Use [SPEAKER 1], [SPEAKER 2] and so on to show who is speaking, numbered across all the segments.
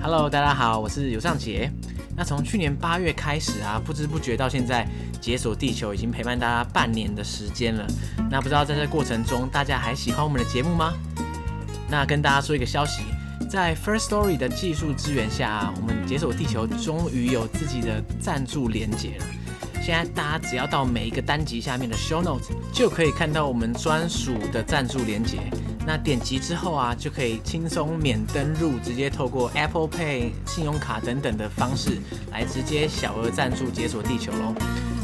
[SPEAKER 1] Hello，大家好，我是尤尚杰。那从去年八月开始啊，不知不觉到现在，解锁地球已经陪伴大家半年的时间了。那不知道在这过程中，大家还喜欢我们的节目吗？那跟大家说一个消息，在 First Story 的技术支援下、啊，我们解锁地球终于有自己的赞助连结了。现在大家只要到每一个单集下面的 show notes，就可以看到我们专属的赞助连结。那点击之后啊，就可以轻松免登入，直接透过 Apple Pay、信用卡等等的方式来直接小额赞助解锁地球喽。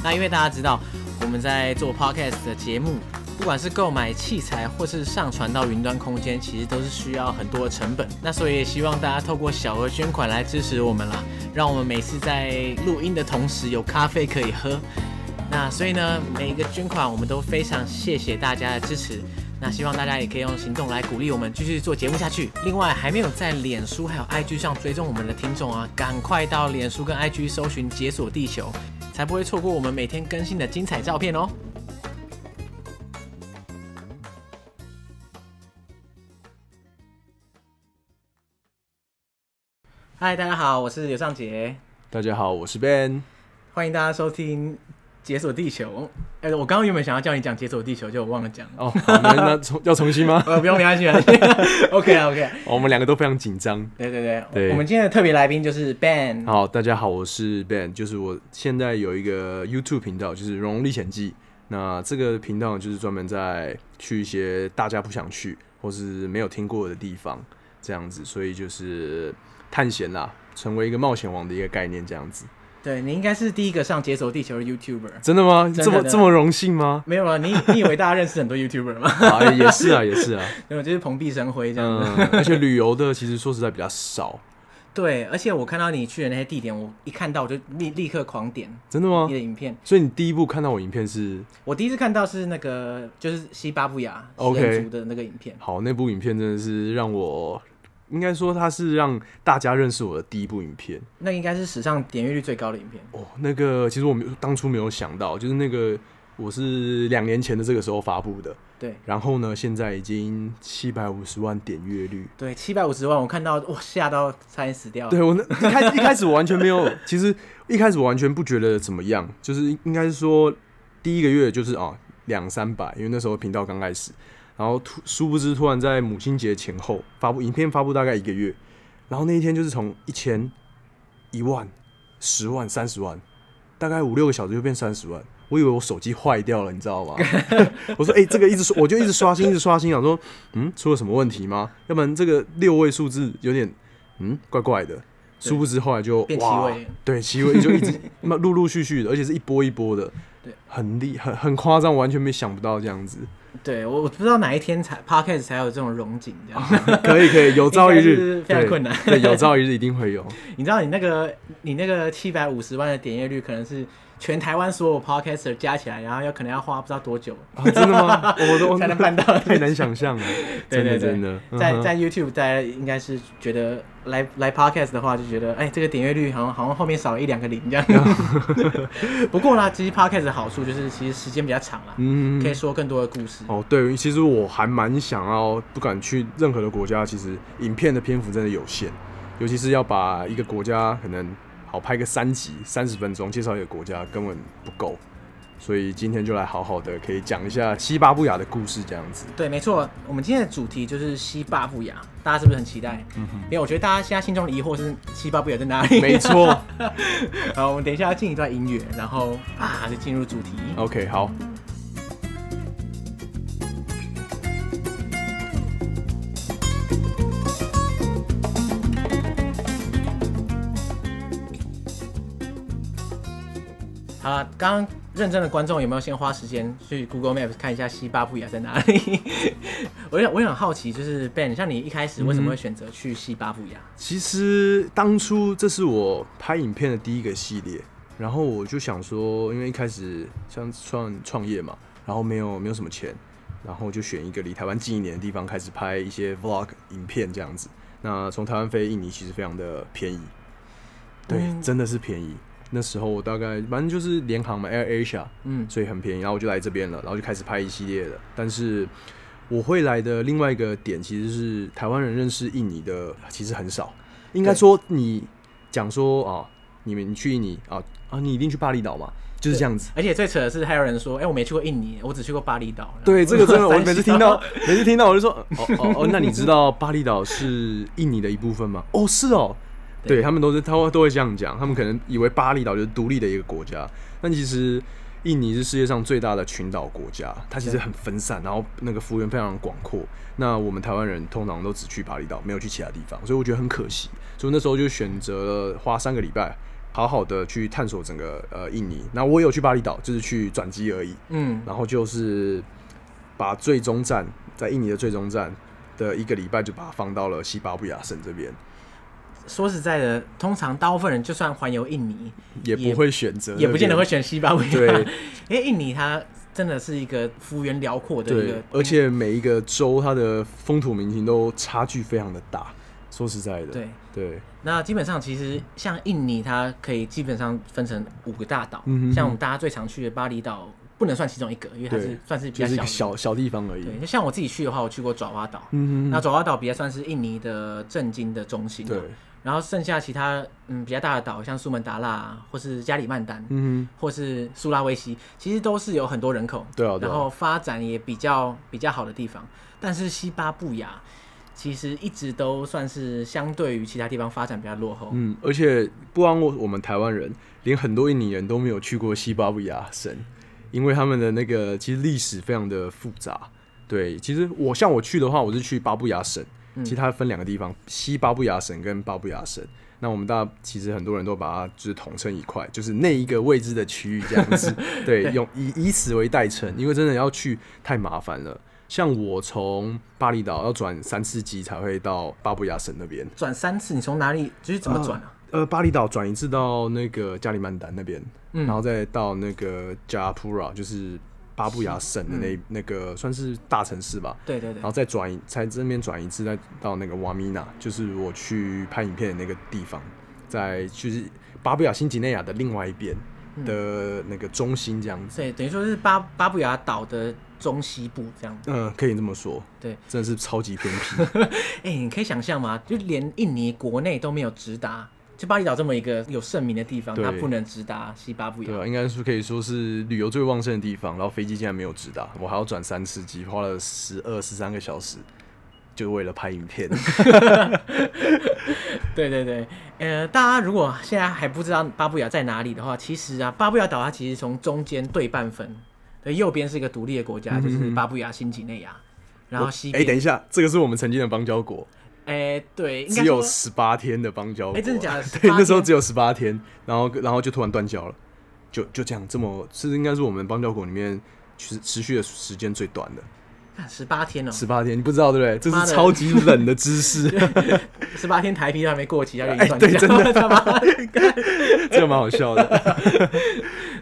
[SPEAKER 1] 那因为大家知道我们在做 podcast 的节目，不管是购买器材或是上传到云端空间，其实都是需要很多的成本。那所以也希望大家透过小额捐款来支持我们啦，让我们每次在录音的同时有咖啡可以喝。那所以呢，每一个捐款我们都非常谢谢大家的支持。那希望大家也可以用行动来鼓励我们继续做节目下去。另外，还没有在脸书还有 IG 上追踪我们的听众啊，赶快到脸书跟 IG 搜寻“解锁地球”，才不会错过我们每天更新的精彩照片哦。嗨，大家好，我是刘尚杰，
[SPEAKER 2] 大家好，我是 Ben。
[SPEAKER 1] 欢迎大家收听《解锁地球》。哎、我刚刚原本想要叫你讲《解锁地球》，就我忘了讲了。
[SPEAKER 2] 哦，好，那那重 要重新吗？
[SPEAKER 1] 呃，不用，没关系，没关系。OK 啊，OK 啊。
[SPEAKER 2] 哦我们两个都非常紧张。
[SPEAKER 1] 对对对，
[SPEAKER 2] 对
[SPEAKER 1] 我们今天的特别来宾就是 Ben。
[SPEAKER 2] 好，大家好，我是 Ben，就是我现在有一个 YouTube 频道，就是《荣荣历险记》。那这个频道就是专门在去一些大家不想去或是没有听过的地方，这样子，所以就是探险啦，成为一个冒险王的一个概念，这样子。
[SPEAKER 1] 对你应该是第一个上《解锁地球》的 YouTuber。
[SPEAKER 2] 真的吗？
[SPEAKER 1] 的
[SPEAKER 2] 这么
[SPEAKER 1] 真的？
[SPEAKER 2] 这么荣幸 吗
[SPEAKER 1] 没有啊，你你以为大家认识很多 YouTuber 吗？
[SPEAKER 2] 啊，也是啊，也是啊。
[SPEAKER 1] 没有，就是蓬荜生辉这样子。
[SPEAKER 2] 嗯，而且旅游的其实说实在比较少，
[SPEAKER 1] 对，而且我看到你去的那些地点，我一看到我就立立刻狂点
[SPEAKER 2] 真的吗
[SPEAKER 1] 你？的影片。
[SPEAKER 2] 所以你第一部看到我影片是
[SPEAKER 1] 我第一次看到是那个就是西巴布亚
[SPEAKER 2] OK
[SPEAKER 1] 人族的那个影片。
[SPEAKER 2] 好，那部影片真的是让我，应该说它是让大家认识我的第一部影片
[SPEAKER 1] 那应该是史上点阅率最高的影片。
[SPEAKER 2] 哦。那个其实我没有当初没有想到，就是那个我是两年前的这个时候发布的，
[SPEAKER 1] 对
[SPEAKER 2] 然后呢，现在已经七百五十万点阅率。
[SPEAKER 1] 对，七百五十万，我看到哇，吓到差点死掉。
[SPEAKER 2] 对我那一开一开始我完全没有，其实一开始我完全不觉得怎么样，就是应该是说第一个月就是啊两三百，因为那时候频道刚开始，然后突殊不知突然在母亲节前后发布影片发布大概一个月，然后那一天就是从一千、一万、十万、三十万，大概五六个小时就变三十万。我以为我手机坏掉了，你知 道吗？ 我说，哎、这个一直刷，我就一直刷新，一直刷新，想说，嗯，出了什么问题吗？要不然这个六位数字有点，嗯，怪怪的。殊不知后来就
[SPEAKER 1] 变
[SPEAKER 2] 哇
[SPEAKER 1] 七位
[SPEAKER 2] 对，七位就 一直那陆陆续续的，而且是一波一波的，
[SPEAKER 1] 对，
[SPEAKER 2] 很厉很很夸张，完全没想不到这样子。
[SPEAKER 1] 对，我我不知道哪一天才 podcast 才有这种荣景这样。
[SPEAKER 2] 可以可以，有朝一
[SPEAKER 1] 应该是
[SPEAKER 2] 日
[SPEAKER 1] 非常
[SPEAKER 2] 对
[SPEAKER 1] 困难
[SPEAKER 2] 对，有朝一日一定会有。
[SPEAKER 1] 你知道你那个你那个七百五十万的点阅率，可能是全台湾所有 podcaster 加起来，然后要可能要花不知道多久，
[SPEAKER 2] 啊，真的 吗？我都
[SPEAKER 1] 才能办到
[SPEAKER 2] 太难想象了，
[SPEAKER 1] 对 对
[SPEAKER 2] 真
[SPEAKER 1] 对
[SPEAKER 2] 的真的。嗯
[SPEAKER 1] 在
[SPEAKER 2] 哼
[SPEAKER 1] 在 YouTube 大家应该是觉得来来 podcast 的话，就觉得哎、这个点阅率好像好像后面少了一两个零这样。
[SPEAKER 2] 哦
[SPEAKER 1] 不过呢，其实 podcast 的好处就是其实时间比较长啦，
[SPEAKER 2] 嗯
[SPEAKER 1] 可以说更多的故事。
[SPEAKER 2] 哦，对，其实我还蛮想要，不管去任何的国家，其实影片的篇幅真的有限，尤其是要把一个国家可能好拍个三集三十分钟，介绍一个国家根本不够，所以今天就来好好的可以讲一下西巴布亚的故事这样子。
[SPEAKER 1] 对，没错，我们今天的主题就是西巴布亚，大家是不是很期待？因为我觉得大家现在心中的疑惑是西巴布亚在哪里？
[SPEAKER 2] 嗯没错
[SPEAKER 1] 好，我们等一下要进一段音乐，然后啊就进入主题。
[SPEAKER 2] ，OK，好，
[SPEAKER 1] 好了，刚刚认真的观众有没有先花时间去 Google Maps 看一下西巴布亚在哪里？ 我想我想好奇，就是 Ben，像你一开始为
[SPEAKER 2] 嗯
[SPEAKER 1] 什么会选择去西巴布亚？
[SPEAKER 2] 其实当初这是我拍影片的第一个系列，然后我就想说，因为一开始像创创业嘛，然后没有没有什么钱，然后就选一个离台湾近一点的地方开始拍一些 vlog 影片这样子。那从台湾飞印尼其实非常的便宜，对，
[SPEAKER 1] 嗯
[SPEAKER 2] 真的是便宜。那时候我大概反正就是联航嘛，Air Asia，
[SPEAKER 1] 嗯
[SPEAKER 2] 所以很便宜。然后我就来这边了，然后就开始拍一系列的。但是我会来的另外一个点，其实是台湾人认识印尼的其实很少，应该说你讲说啊、你们你去印尼啊啊，你一定去巴厘岛嘛，就是这样子。
[SPEAKER 1] 而且最扯的是，还有人说，哎、我没去过印尼，我只去过巴厘岛。
[SPEAKER 2] 对，这个真的，我
[SPEAKER 1] 三啊
[SPEAKER 2] 每次
[SPEAKER 1] 小
[SPEAKER 2] 听到，每次听到我就说，哦哦哦，那你知道巴厘岛是印尼的一部分吗？哦，是哦，
[SPEAKER 1] 对
[SPEAKER 2] 对他们都是，他会都会这样讲，他们可能以为巴厘岛就是独立的一个国家，但其实印尼是世界上最大的群岛国家，它其实很分散，然后那个幅员非常广阔。那我们台湾人通常都只去巴厘岛，没有去其他地方，所以我觉得很可惜。所以那时候就选择了花三个礼拜。好好的去探索整个呃印尼，那我也有去巴厘岛，就是去转机而已。
[SPEAKER 1] 嗯，
[SPEAKER 2] 然后就是把最终站在印尼的最终站的一个礼拜就把它放到了西巴布亚省这边，
[SPEAKER 1] 说实在的，通常大部分人就算环游印尼，
[SPEAKER 2] 也
[SPEAKER 1] 也
[SPEAKER 2] 不会选择那边，
[SPEAKER 1] 也不见得会选西巴维亚。
[SPEAKER 2] 对，
[SPEAKER 1] 因为印尼它真的是一个幅员辽阔的一个
[SPEAKER 2] 对，，而且每一个州它的风土民情都差距非常的大。说实在的，
[SPEAKER 1] 对。
[SPEAKER 2] 对
[SPEAKER 1] 那基本上，其实像印尼，它可以基本上分成五个大岛，
[SPEAKER 2] 嗯哼
[SPEAKER 1] 像我们大家最常去的巴厘岛，不能算其中一个，因为它是
[SPEAKER 2] 对
[SPEAKER 1] 算是比较
[SPEAKER 2] 就是一
[SPEAKER 1] 小
[SPEAKER 2] 个
[SPEAKER 1] 的。
[SPEAKER 2] 小小地方而已。
[SPEAKER 1] 对，就像我自己去的话，我去过爪哇岛，
[SPEAKER 2] 嗯
[SPEAKER 1] 那
[SPEAKER 2] 哼，
[SPEAKER 1] 爪哇岛比较算是印尼的政经的中心、
[SPEAKER 2] 对，，
[SPEAKER 1] 然后剩下其他嗯比较大的岛，像苏门答腊啊或是加里曼丹，
[SPEAKER 2] 嗯
[SPEAKER 1] 或是苏拉威西，其实都是有很多人口，
[SPEAKER 2] 对啊对啊
[SPEAKER 1] 然后发展也比较比较好的地方。但是西巴布亚其实一直都算是相对于其他地方发展比较落后。
[SPEAKER 2] 哼，嗯，而且不光我我们台湾人，连很多印尼人都没有去过西巴布亚省，因为他们的那个其实历史非常的复杂。对，其实我像我去的话，我是去巴布亚省，其实它分两个地方，西巴布亚省跟巴布亚省。那我们大家其实很多人都把它就是统称一块，就是那一个未知的区域这样 子。对，用以以此为代称，因为真的要去太麻烦了。像我从巴厘岛要转三次机才会到巴布亚省那边，
[SPEAKER 1] 转三次，你从哪里就是怎么转啊？
[SPEAKER 2] 呃，巴厘岛转一次到那个加里曼丹那边，然后再到那个加普拉，就是巴布亚省的那、那个算是大城市吧。
[SPEAKER 1] 对对
[SPEAKER 2] 然
[SPEAKER 1] 对
[SPEAKER 2] 后，再转一，在这边转一次，再到那个瓦米纳，就是我去拍影片的那个地方，在就是巴布亚新几内亚的另外一边的那个中心这样子。
[SPEAKER 1] 所以等于说是巴巴布亚岛的中西部这样。
[SPEAKER 2] 嗯、可以这么说，
[SPEAKER 1] 对，
[SPEAKER 2] 真的是超级偏僻。
[SPEAKER 1] 哎、你可以想象吗？就连印尼国内都没有直达，就巴厘岛这么一个有盛名的地方，
[SPEAKER 2] 对
[SPEAKER 1] 它不能直达西巴布亚
[SPEAKER 2] 对。啊，应该是可以说是旅游最旺盛的地方。然后飞机竟然没有直达，我还要转三次机，花了十二十三个小时，就为了拍 影片。
[SPEAKER 1] 对对对，呃，大家如果现在还不知道巴布亚在哪里的话，其实啊，巴布亚岛它其实从中间对半分，对，右边是一个独立的国家，就是巴布亚新几内亚，然后西
[SPEAKER 2] 嗯哎、
[SPEAKER 1] 边，
[SPEAKER 2] 等一下，这个是我们曾经的邦交国，
[SPEAKER 1] 哎、对，应该
[SPEAKER 2] 只有
[SPEAKER 1] 说
[SPEAKER 2] 十八天的邦交国。
[SPEAKER 1] 哎真的假的
[SPEAKER 2] 对，那
[SPEAKER 1] 18
[SPEAKER 2] 时候
[SPEAKER 1] 天
[SPEAKER 2] 只有十八天，然后然后就突然断交了，就就这样，这么是应该是我们邦交国里面持持续的时间最短的，
[SPEAKER 1] 十八天哦、
[SPEAKER 2] 十八天，你不知道对不对？这
[SPEAKER 1] 妈
[SPEAKER 2] 是
[SPEAKER 1] 的
[SPEAKER 2] 超级冷的知 识，
[SPEAKER 1] 十八天台币都还没过期，它就已经
[SPEAKER 2] 哎
[SPEAKER 1] 断
[SPEAKER 2] 对
[SPEAKER 1] 掉
[SPEAKER 2] 真
[SPEAKER 1] 了，
[SPEAKER 2] 的
[SPEAKER 1] 他妈
[SPEAKER 2] 这个蛮好笑的。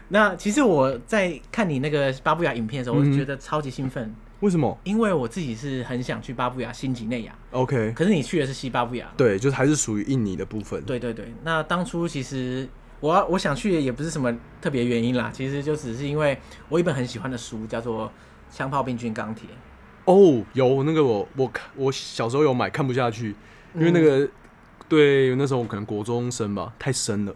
[SPEAKER 1] 那其实我在看你那个巴布亚影片的时候，我就觉得超级兴奋，
[SPEAKER 2] 为什么
[SPEAKER 1] 因为我自己是很想去巴布亚新几内亚，
[SPEAKER 2] ？OK，
[SPEAKER 1] 可是你去的是西巴布亚，
[SPEAKER 2] 对，就是还是属于印尼的部分。
[SPEAKER 1] 对对对，那当初其实我要我想去也不是什么特别原因啦，其实就只是因为我有一本很喜欢的书叫做《枪炮、病菌、钢铁》，
[SPEAKER 2] 哦，有那个我我看我小时候有买，看不下去，因为那个、对那时候我可能国中生吧，太深了。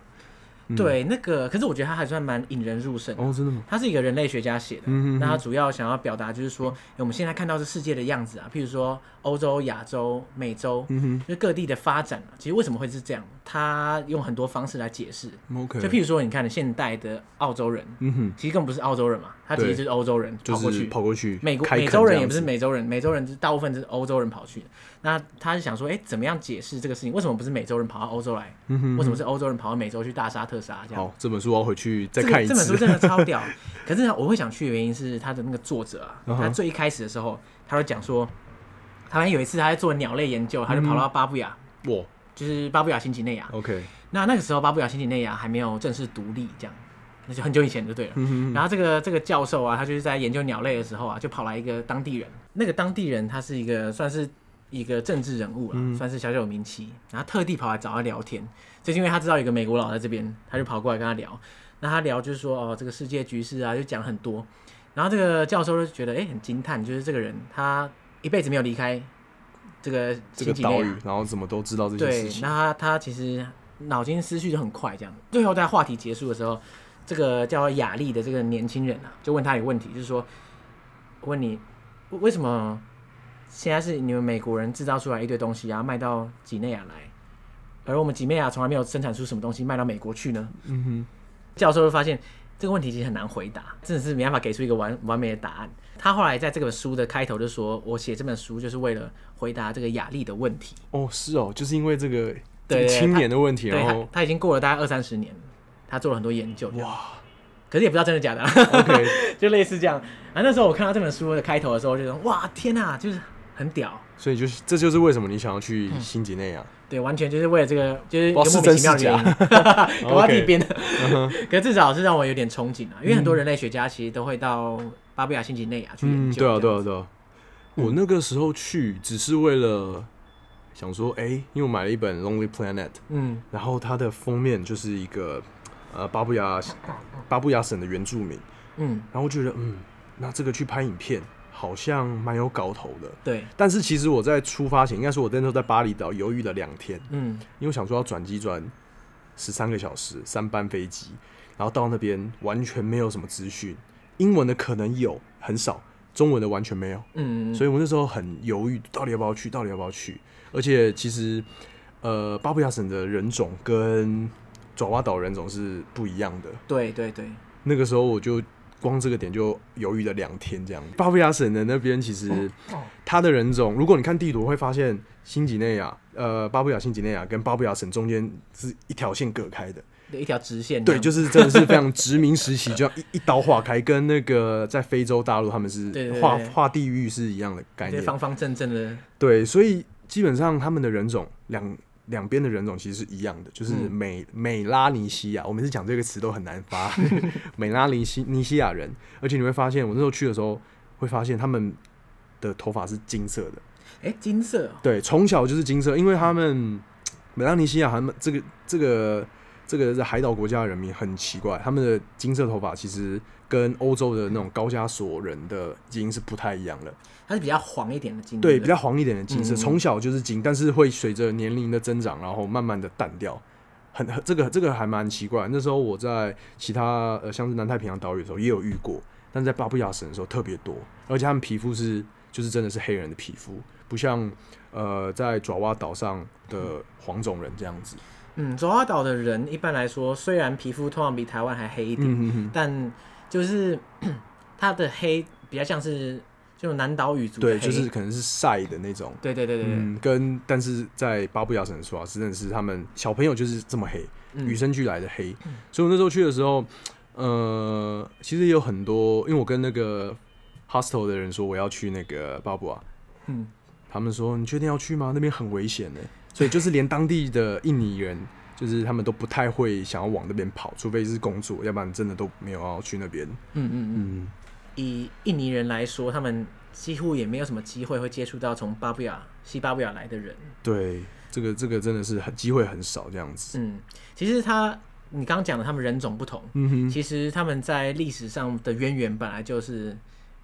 [SPEAKER 1] 对那个，可是我觉得它还算蛮引人入胜的。
[SPEAKER 2] 哦，真的吗？
[SPEAKER 1] 它是一个人类学家写的，
[SPEAKER 2] 嗯哼哼
[SPEAKER 1] 那他主要想要表达就是说，诶我们现在看到这世界的样子啊，譬如说欧洲、亚洲、美洲，
[SPEAKER 2] 嗯
[SPEAKER 1] 就各地的发展啊，其实为什么会是这样？他用很多方式来解释，
[SPEAKER 2] 哼
[SPEAKER 1] 就
[SPEAKER 2] ，OK，
[SPEAKER 1] 譬如说，你看现代的澳洲人，
[SPEAKER 2] 嗯哼，
[SPEAKER 1] 其实根本不是澳洲人嘛，他其实
[SPEAKER 2] 对
[SPEAKER 1] 就是欧洲人跑
[SPEAKER 2] 就
[SPEAKER 1] 过
[SPEAKER 2] 是
[SPEAKER 1] 去，
[SPEAKER 2] 跑过去，
[SPEAKER 1] 美国
[SPEAKER 2] 开
[SPEAKER 1] 美
[SPEAKER 2] 垦
[SPEAKER 1] 洲
[SPEAKER 2] 这
[SPEAKER 1] 人也
[SPEAKER 2] 样
[SPEAKER 1] 不是
[SPEAKER 2] 子
[SPEAKER 1] 美洲人，美洲人是大部分是欧洲人跑去的。那他就想说，哎、怎么样解释这个事情？为什么不是美洲人跑到欧洲来？
[SPEAKER 2] 嗯
[SPEAKER 1] 为什么是欧洲人跑到美洲去大杀特杀？这样，
[SPEAKER 2] 好，这本书我要回去再
[SPEAKER 1] 这
[SPEAKER 2] 看
[SPEAKER 1] 个
[SPEAKER 2] 一
[SPEAKER 1] 这本书
[SPEAKER 2] 次。
[SPEAKER 1] 真的超屌。可是呢，我会想去的原因是他的那个作者啊，
[SPEAKER 2] 嗯哼
[SPEAKER 1] 他最一开始的时候，他就讲说，好像有一次他在做鸟类研究，他就跑
[SPEAKER 2] 嗯
[SPEAKER 1] 到巴布亚，
[SPEAKER 2] 哇
[SPEAKER 1] 就是巴布亚新几内亚。
[SPEAKER 2] ，OK，
[SPEAKER 1] 那那个时候巴布亚新几内亚还没有正式独立，这样，那就很久以前就对了。
[SPEAKER 2] 嗯
[SPEAKER 1] 然后这个这个教授啊，他就是在研究鸟类的时候啊，就跑来一个当地人，那个当地人他是一个算是一个政治人物了，
[SPEAKER 2] 嗯
[SPEAKER 1] 算是小小有名气，然后特地跑来找他聊天，就是因为他知道有一个美国佬在这边，他就跑过来跟他聊。那他聊就是说哦，这个世界局势啊，就讲很多。然后这个教授就觉得哎、诶很惊叹，就是这个人他一辈子没有离开这个
[SPEAKER 2] 这
[SPEAKER 1] 新
[SPEAKER 2] 个
[SPEAKER 1] 几内
[SPEAKER 2] 岛
[SPEAKER 1] 亚
[SPEAKER 2] 屿，然后怎么都知道这些
[SPEAKER 1] 对
[SPEAKER 2] 事，情
[SPEAKER 1] 那。他他其实脑筋思绪就很快，这样。最后在话题结束的时候，这个叫雅丽的这个年轻人啊，就问他一个问题，就是说，问你为为什么现在是你们美国人制造出来一堆东西啊，卖到几内亚来，而我们几内亚从来没有生产出什么东西卖到美国去呢？
[SPEAKER 2] 嗯哼，
[SPEAKER 1] 教授就发现这个问题其实很难回答，真的是没办法给出一个完完美的答案。他后来在这本书的开头就说：“我写这本书就是为了回答这个雅丽的问题。”
[SPEAKER 2] 哦，是哦，就是因为这个这
[SPEAKER 1] 对
[SPEAKER 2] 个青
[SPEAKER 1] 他
[SPEAKER 2] 年的问题，
[SPEAKER 1] 对
[SPEAKER 2] 然
[SPEAKER 1] 他
[SPEAKER 2] 后，
[SPEAKER 1] 他已经过了大概二三十年，他做了很多研究，哇，
[SPEAKER 2] 哇
[SPEAKER 1] 可是也不知道真的假的 啊，
[SPEAKER 2] ，OK，
[SPEAKER 1] 就类似这样。啊，那时候我看到这本书的开头的时候，就说哇，天呐，就是很屌，
[SPEAKER 2] 所以就是这就是为什么你想要去新几内亚。
[SPEAKER 1] 对，完全就是为了这个，就是一个
[SPEAKER 2] 哇是
[SPEAKER 1] 莫名其妙
[SPEAKER 2] 真
[SPEAKER 1] 的
[SPEAKER 2] 是
[SPEAKER 1] 原因，
[SPEAKER 2] 假哦
[SPEAKER 1] 搞到
[SPEAKER 2] OK 嗯
[SPEAKER 1] 自己编的。可至少是让我有点憧憬啊，因为很多人类学家其实都会到巴布亚新几内亚去研
[SPEAKER 2] 嗯，
[SPEAKER 1] 究。
[SPEAKER 2] 对啊，对
[SPEAKER 1] 啊，
[SPEAKER 2] 啊，对啊。我那个时候去只是为了想说，哎、因为我买了一本《Lonely Planet》，
[SPEAKER 1] 嗯
[SPEAKER 2] 然后它的封面就是一个呃巴布亚巴布亚省的原住民，
[SPEAKER 1] 嗯，
[SPEAKER 2] 然后我觉得嗯，那这个去拍影片好像蛮有搞头的。
[SPEAKER 1] 对，
[SPEAKER 2] 但是其实我在出发前，应该说我那时候在巴厘岛犹豫了两天，
[SPEAKER 1] 嗯
[SPEAKER 2] 因为我想说要转机转十三个小时，三班飞机，然后到那边完全没有什么资讯，英文的可能有很少，中文的完全没有，
[SPEAKER 1] 嗯，
[SPEAKER 2] 所以我那时候很犹豫，到底要不要去，到底要不要去。而且其实，呃，巴布亚省的人种跟爪哇岛人种是不一样的。
[SPEAKER 1] 对对对，
[SPEAKER 2] 那个时候我就光这个点就犹豫了两天，这样。巴布亚省的那边其
[SPEAKER 1] 哦
[SPEAKER 2] 实它的人种，如果你看地图会发现，新几内亚、呃巴布亚新几内亚跟巴布亚省中间是一条线隔开的，
[SPEAKER 1] 对一条直线这
[SPEAKER 2] 对，
[SPEAKER 1] 样。
[SPEAKER 2] 就是真的是非常殖民时期，就要一一刀划开，跟那个在非洲大陆他们
[SPEAKER 1] 对对
[SPEAKER 2] 是
[SPEAKER 1] 对
[SPEAKER 2] 划
[SPEAKER 1] 对
[SPEAKER 2] 划地域是一样的概
[SPEAKER 1] 这
[SPEAKER 2] 念，
[SPEAKER 1] 方方正正的，
[SPEAKER 2] 对，所以基本上他们的人种两。两边的人种其实是一样的，就是
[SPEAKER 1] 嗯
[SPEAKER 2] 美、美拉尼西亚，我每次讲这个词都很难发，美拉尼西尼西亚人。而且你会发现，我那时候去的时候会发现他们的头发是金色的，
[SPEAKER 1] 哎，金色哦，
[SPEAKER 2] 对，从小就是金色，因为他们美拉尼西亚他们这个这个这个在海岛国家的人民很奇怪，他们的金色头发其实跟欧洲的那种高加索人的基因是不太一样的，
[SPEAKER 1] 它是比较黄一点的金，
[SPEAKER 2] 对，
[SPEAKER 1] 不
[SPEAKER 2] 比较黄一点的金色，
[SPEAKER 1] 嗯
[SPEAKER 2] 从小就是金，但是会随着年龄的增长，然后慢慢的淡掉。很很这个这个还蛮奇怪。那时候我在其他呃像是南太平洋岛屿的时候也有遇过，但是在巴布亚省的时候特别多，而且他们皮肤是就是真的是黑人的皮肤，不像呃在爪哇岛上的黄种人这样子。
[SPEAKER 1] 嗯，爪哇岛的人一般来说，虽然皮肤通常比台湾还黑一点，
[SPEAKER 2] 嗯嗯嗯，
[SPEAKER 1] 但就是 它的黑比较像是这种南岛语族的黑
[SPEAKER 2] 对，就是可能是晒的那种。
[SPEAKER 1] 对对对对对，
[SPEAKER 2] 嗯，跟但是在巴布亚省说啊，真的是他们小朋友就是这么黑，
[SPEAKER 1] 嗯
[SPEAKER 2] 与生俱来的黑。所以我那时候去的时候，呃，其实也有很多，因为我跟那个 hostel 的人说我要去那个巴布亚，
[SPEAKER 1] 嗯，
[SPEAKER 2] 他们说你确定要去吗？那边很危险呢。所以就是连当地的印尼人，就是他们都不太会想要往那边跑，除非是工作，要不然真的都没有要去那边。
[SPEAKER 1] 嗯嗯嗯。
[SPEAKER 2] 嗯，
[SPEAKER 1] 以印尼人来说，他们几乎也没有什么机会会接触到从巴布亚、西巴布亚来的人。
[SPEAKER 2] 对，这个这个真的是很机会很少这样子。
[SPEAKER 1] 嗯，其实他你刚刚讲的他们人种不同，
[SPEAKER 2] 嗯哼，
[SPEAKER 1] 其实他们在历史上的渊源本来就是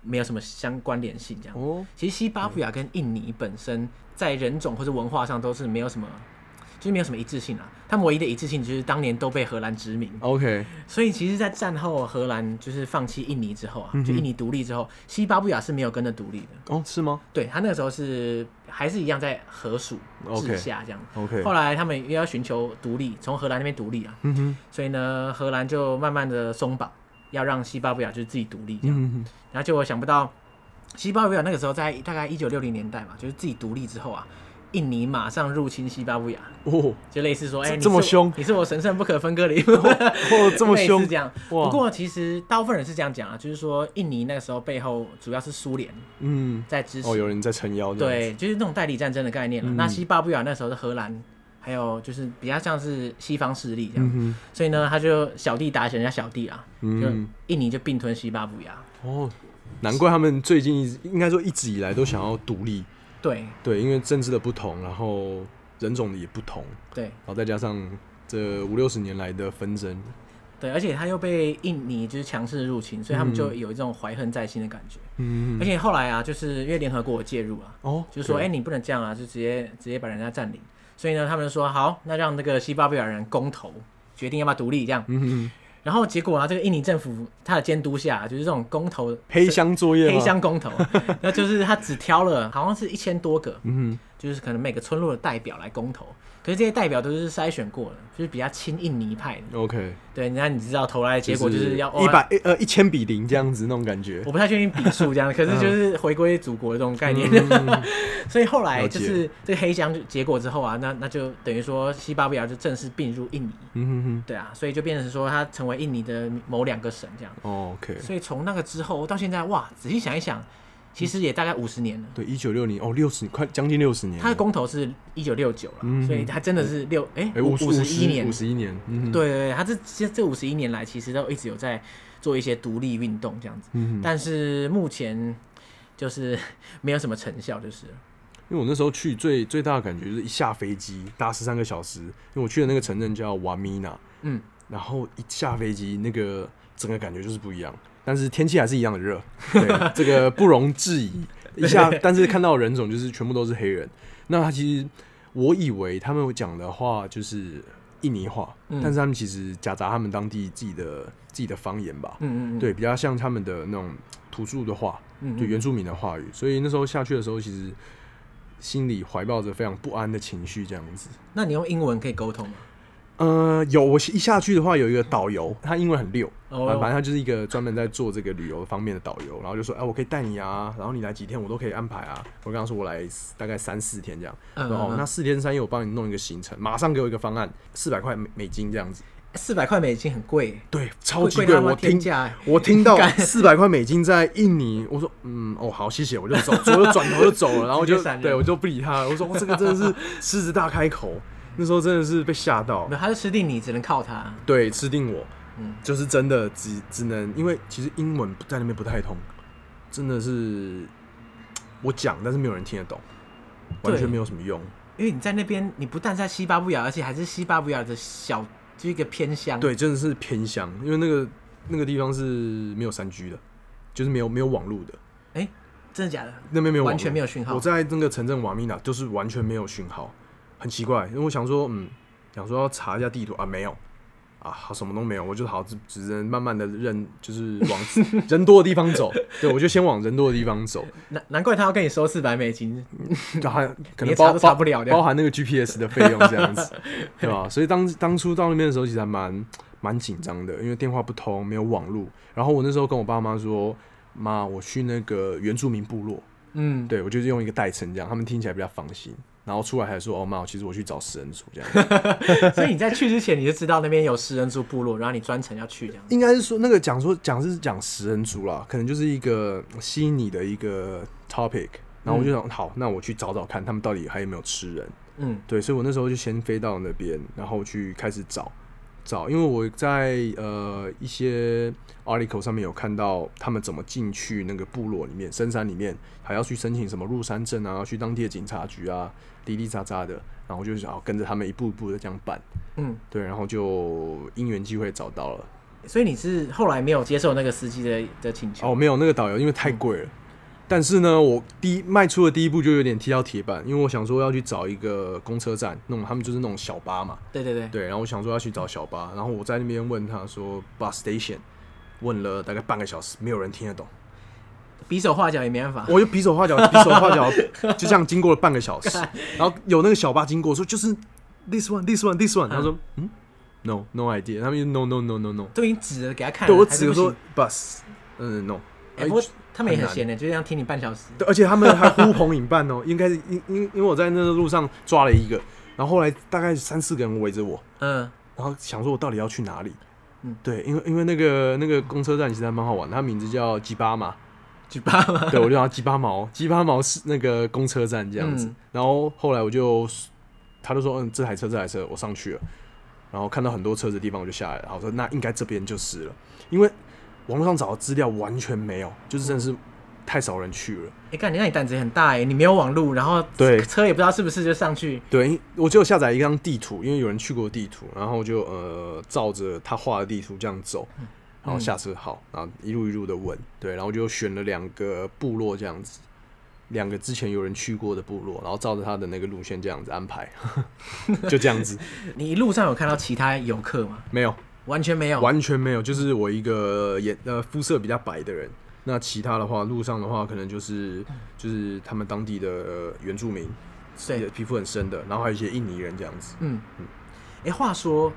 [SPEAKER 1] 没有什么相关联性，这样。
[SPEAKER 2] 哦，
[SPEAKER 1] 其实西巴布亚跟印尼本身在人种或者文化上都是没有什么，就是没有什么一致性啊。他们唯一的一致性就是当年都被荷兰殖民，
[SPEAKER 2] OK，
[SPEAKER 1] 所以其实，在战后荷兰就是放弃印尼之后啊，
[SPEAKER 2] 嗯哼
[SPEAKER 1] 就印尼独立之后，西巴布亚是没有跟着独立的。
[SPEAKER 2] 哦，是吗
[SPEAKER 1] 对他那个时候是还是一样在荷属治
[SPEAKER 2] OK
[SPEAKER 1] 下这样。
[SPEAKER 2] ？OK，
[SPEAKER 1] 后来他们又要寻求独立，从荷兰那边独立啊，
[SPEAKER 2] 嗯哼，
[SPEAKER 1] 所以呢，荷兰就慢慢的松绑，要让西巴布亚就是自己独立这样。
[SPEAKER 2] 嗯哼，
[SPEAKER 1] 然后结果想不到，西巴布亚那个时候在大概一九六零年代嘛，就是自己独立之后啊，印尼马上入侵西巴布亚，
[SPEAKER 2] 哦，
[SPEAKER 1] 就类似说，哎、
[SPEAKER 2] 这
[SPEAKER 1] 你
[SPEAKER 2] 这么
[SPEAKER 1] 是
[SPEAKER 2] 凶
[SPEAKER 1] 你是我神圣不可分割的一部分，
[SPEAKER 2] 哦， 这么
[SPEAKER 1] 类似
[SPEAKER 2] 凶
[SPEAKER 1] 这，样。
[SPEAKER 2] 哇
[SPEAKER 1] 不过其实大部分人是这样讲啊，就是说印尼那个时候背后主要是苏联
[SPEAKER 2] 嗯，
[SPEAKER 1] 在支持，
[SPEAKER 2] 哦，有人在撑腰，，
[SPEAKER 1] 对，就是那种代理战争的概念了。啊
[SPEAKER 2] 嗯
[SPEAKER 1] 那西巴布亚那时候的荷兰。还有就是比较像是西方势力这样，
[SPEAKER 2] 嗯
[SPEAKER 1] 所以呢，他就小弟打起人家小弟啊，
[SPEAKER 2] 哼，嗯，
[SPEAKER 1] 就印尼就并吞西巴布亚，
[SPEAKER 2] 哦，难怪他们最近一直应该说一直以来都想要独立，
[SPEAKER 1] 对
[SPEAKER 2] 对，因为政治的不同，然后人种的也不同，
[SPEAKER 1] 对，
[SPEAKER 2] 然后再加上这五六十年来的纷争，
[SPEAKER 1] 对，而且他又被印尼就是强势入侵，所以他们就有一种怀恨在心的感觉。
[SPEAKER 2] 嗯，
[SPEAKER 1] 而且后来啊，就是因为联合国有介入啊，
[SPEAKER 2] 哦，
[SPEAKER 1] 就是说，哎、
[SPEAKER 2] 对
[SPEAKER 1] 你不能这样啊，就直接直接把人家占领。所以呢，他们就说好，那让那个西巴比亚人公投决定要不要独立这样。
[SPEAKER 2] 嗯，
[SPEAKER 1] 然后结果啊，这个印尼政府他的监督下，啊就是这种公投
[SPEAKER 2] 黑箱作业，
[SPEAKER 1] 黑，箱公投，那就是他只挑了好像是一千多个，
[SPEAKER 2] 嗯
[SPEAKER 1] 就是可能每个村落的代表来公投。可是这些代表都是筛选过的，就是比较亲印尼派的。
[SPEAKER 2] 哼，OK，
[SPEAKER 1] 对，那你知道投来的结果就是要哦啊
[SPEAKER 2] 一，百呃一千比零这样子那种感觉
[SPEAKER 1] 我，不太确定笔数这样，可是就是回归祖国的这种概念。 所以后来就
[SPEAKER 2] 了
[SPEAKER 1] 是这个黑箱就结果之后啊，那那就等于说西巴布亚就正式并入印尼，
[SPEAKER 2] 嗯哼哼
[SPEAKER 1] 对啊，所以就变成说它成为印尼的某两个省这样。
[SPEAKER 2] 哦，OK，
[SPEAKER 1] 所以从那个之后到现在，哇，仔细想一想，其实也大概五十年了。
[SPEAKER 2] 对，一九六零哦，六十快将近六十年了，
[SPEAKER 1] 它的公投是一九六九了，
[SPEAKER 2] 嗯
[SPEAKER 1] 所以它真的是六哎
[SPEAKER 2] 哎
[SPEAKER 1] 五
[SPEAKER 2] 十
[SPEAKER 1] 十一年
[SPEAKER 2] 五，十一年，嗯哼，
[SPEAKER 1] 对对对，它这这这五十一年来其实都一直有在做一些独立运动这样子，
[SPEAKER 2] 嗯哼，
[SPEAKER 1] 但是目前就是没有什么成效，就是了
[SPEAKER 2] 因为我那时候去最最大的感觉就是一下飞机搭十三个小时，因为我去的那个城镇叫瓦米纳，
[SPEAKER 1] 嗯，
[SPEAKER 2] 然后一下飞机那个整个感觉就是不一样，但是天气还是一样 的热，对，这个不容置疑。一下，但是看到的人种就是全部都是黑人，那他其实我以为他们讲的话就是印尼话，
[SPEAKER 1] 嗯
[SPEAKER 2] 但是他们其实夹杂他们当地自己的自己的方言吧，
[SPEAKER 1] 嗯嗯嗯，
[SPEAKER 2] 对，比较像他们的那种土著的话，
[SPEAKER 1] 嗯嗯
[SPEAKER 2] 对原住民的话语，所以那时候下去的时候，其实心里怀抱着非常不安的情绪，这样子。
[SPEAKER 1] 那你用英文可以沟通吗？嗯
[SPEAKER 2] 呃，有我一下去的话，有一个导游，他英文很溜，呃
[SPEAKER 1] 哦
[SPEAKER 2] 反反正他就是一个专门在做这个旅游方面的导游，然后就说，哎、我可以带你啊，然后你来几天我都可以安排啊。我刚刚说我来大概三四天这样，
[SPEAKER 1] 嗯
[SPEAKER 2] 然
[SPEAKER 1] 嗯
[SPEAKER 2] 后、
[SPEAKER 1] 嗯
[SPEAKER 2] 那四天三夜我帮你弄一个行程，马上给我一个方案，四百块美美金这样子。
[SPEAKER 1] 四百块美金很贵，
[SPEAKER 2] 对，超级
[SPEAKER 1] 贵到他妈
[SPEAKER 2] 我
[SPEAKER 1] 天
[SPEAKER 2] 听
[SPEAKER 1] 价欸
[SPEAKER 2] 我听到
[SPEAKER 1] 干
[SPEAKER 2] 四百块美金在印尼，我说嗯哦好谢谢，我就 走，我就转头就走了，然后我
[SPEAKER 1] 直接
[SPEAKER 2] 就
[SPEAKER 1] 闪人
[SPEAKER 2] 对我就不理他了，我说哦哇这个真的是狮子大开口，那时候真的是被吓到
[SPEAKER 1] 没，有，他就吃定你，只能靠他。
[SPEAKER 2] 对，吃定我，
[SPEAKER 1] 嗯
[SPEAKER 2] 就是真的只只能因为其实英文不在那边不太通，真的是我讲，但是没有人听得懂，完
[SPEAKER 1] 对
[SPEAKER 2] 全没有什么用，
[SPEAKER 1] 因为你在那边，你不但在西巴布亚，而且还是西巴布亚的小，就一个偏乡。，
[SPEAKER 2] 对，真的是偏乡，因为那个那个地方是没有三 G 的，就是没有没有网络的。
[SPEAKER 1] 哎、真的假的？
[SPEAKER 2] 那边没有网
[SPEAKER 1] 完全没有讯号
[SPEAKER 2] 我在那个城镇瓦米纳就是完全没有讯号，很奇怪。因为我想说，嗯，想说要查一下地图啊，没有啊，好什么都没有，我就好只只能慢慢的认，就是往 人多的地方走。对，我就先往人多的地方走，
[SPEAKER 1] 难难怪他要跟你收四百美 金。
[SPEAKER 2] 就还可
[SPEAKER 1] 连
[SPEAKER 2] 能
[SPEAKER 1] 查
[SPEAKER 2] 包
[SPEAKER 1] 都
[SPEAKER 2] 包
[SPEAKER 1] 查不了这样
[SPEAKER 2] 包含那个 GPS 的费用这样 子，对吧？所以当当初到那边的时候，其实还蛮蛮紧张的，因为电话不通，没有网络。然后我那时候跟我爸妈说，妈，我去那个原住民部落。
[SPEAKER 1] 嗯，
[SPEAKER 2] 对我就是用一个代称这样，他们听起来比较放心。然后出来还说哦妈，其实我去找食人族 这样，
[SPEAKER 1] 所以你在去之前你就知道那边有食人族部落，然后你专程要去这样。
[SPEAKER 2] 应该是说那个讲说讲是讲食人族啦，可能就是一个吸引你的一个 topic。然后我就想，好，那我去找找看他们到底还有没有吃人。
[SPEAKER 1] 嗯
[SPEAKER 2] 对，所以我那时候就先飞到那边，然后去开始找找，因为我在呃一些 article 上面有看到他们怎么进去那个部落里面、深山里面，还要去申请什么入山证啊，去当地的警察局啊，滴滴喳喳的，然后我就想要跟着他们一步一步的这样办，
[SPEAKER 1] 嗯，
[SPEAKER 2] 对，然后就因缘际会找到了。
[SPEAKER 1] 所以你是后来没有接受那个司机的的请求。
[SPEAKER 2] 哦，没有那个导游，因为太贵了。但是呢，我第一迈出的第一步就有点踢到铁板，因为我想说要去找一个公车站，那种他们就是那种小巴嘛，
[SPEAKER 1] 对对对，
[SPEAKER 2] 对，然后我想说要去找小巴，然后我在那边问他说 bus station，问了大概半个小时，没有人听得懂，
[SPEAKER 1] 比手画脚也没办法。
[SPEAKER 2] 我就比手画脚，比手画脚，就这样经过了半个小时，然后有那个小巴经过说就是 this one this one this one，他说嗯 no no idea，他们就 no no no no no，
[SPEAKER 1] 都已经指了给他看了，
[SPEAKER 2] 对我
[SPEAKER 1] 还
[SPEAKER 2] 只
[SPEAKER 1] 是
[SPEAKER 2] 能
[SPEAKER 1] 不
[SPEAKER 2] 说
[SPEAKER 1] 行。
[SPEAKER 2] bus，嗯 no，
[SPEAKER 1] 哎、不过他们也
[SPEAKER 2] 很
[SPEAKER 1] 很
[SPEAKER 2] 难
[SPEAKER 1] 闲的，就这样听你半小时。
[SPEAKER 2] 对，而且他们还呼朋引伴哦，应该是因因因为我在那个路上抓了一个，然后后来大概三四个人围着我，
[SPEAKER 1] 嗯，
[SPEAKER 2] 然后想说我到底要去哪里？
[SPEAKER 1] 嗯
[SPEAKER 2] 嗯，对，因为因为那个那个公车站其实还蛮好玩的，它名字叫鸡巴嘛，
[SPEAKER 1] 举报 吗？
[SPEAKER 2] 对我就叫它鸡巴毛，鸡巴毛是那个公车站这样子。
[SPEAKER 1] 嗯
[SPEAKER 2] 然后后来我就他就说，嗯，这台车这台车，我上去了，然后看到很多车子的地方我就下来了，然后我说那应该这边就是了，因为网络上找的资料完全没有，就是真的是太少人去了。
[SPEAKER 1] 哎、干，你那你胆子也很大哎、你没有网路，然后
[SPEAKER 2] 对
[SPEAKER 1] 车也不知道是不是就上去，
[SPEAKER 2] 对，我就下载一张地图，因为有人去过地图，然后就呃照着他画的地图这样走，然后下车号，然后一路一路的问，对，然后就选了两个部落这样子，两个之前有人去过的部落，然后照着他的那个路线这样子安排， 就这样子，
[SPEAKER 1] 你一路上有看到其他游客吗？
[SPEAKER 2] 没有，
[SPEAKER 1] 完全没有，
[SPEAKER 2] 完全没有，就是我一个颜呃肤色比较白的人。那其他的话，路上的话，可能就是就是他们当地的呃原住民，哎
[SPEAKER 1] 对，
[SPEAKER 2] 皮肤很深的，然后还有一些印尼人这样子。
[SPEAKER 1] 嗯，哎、话说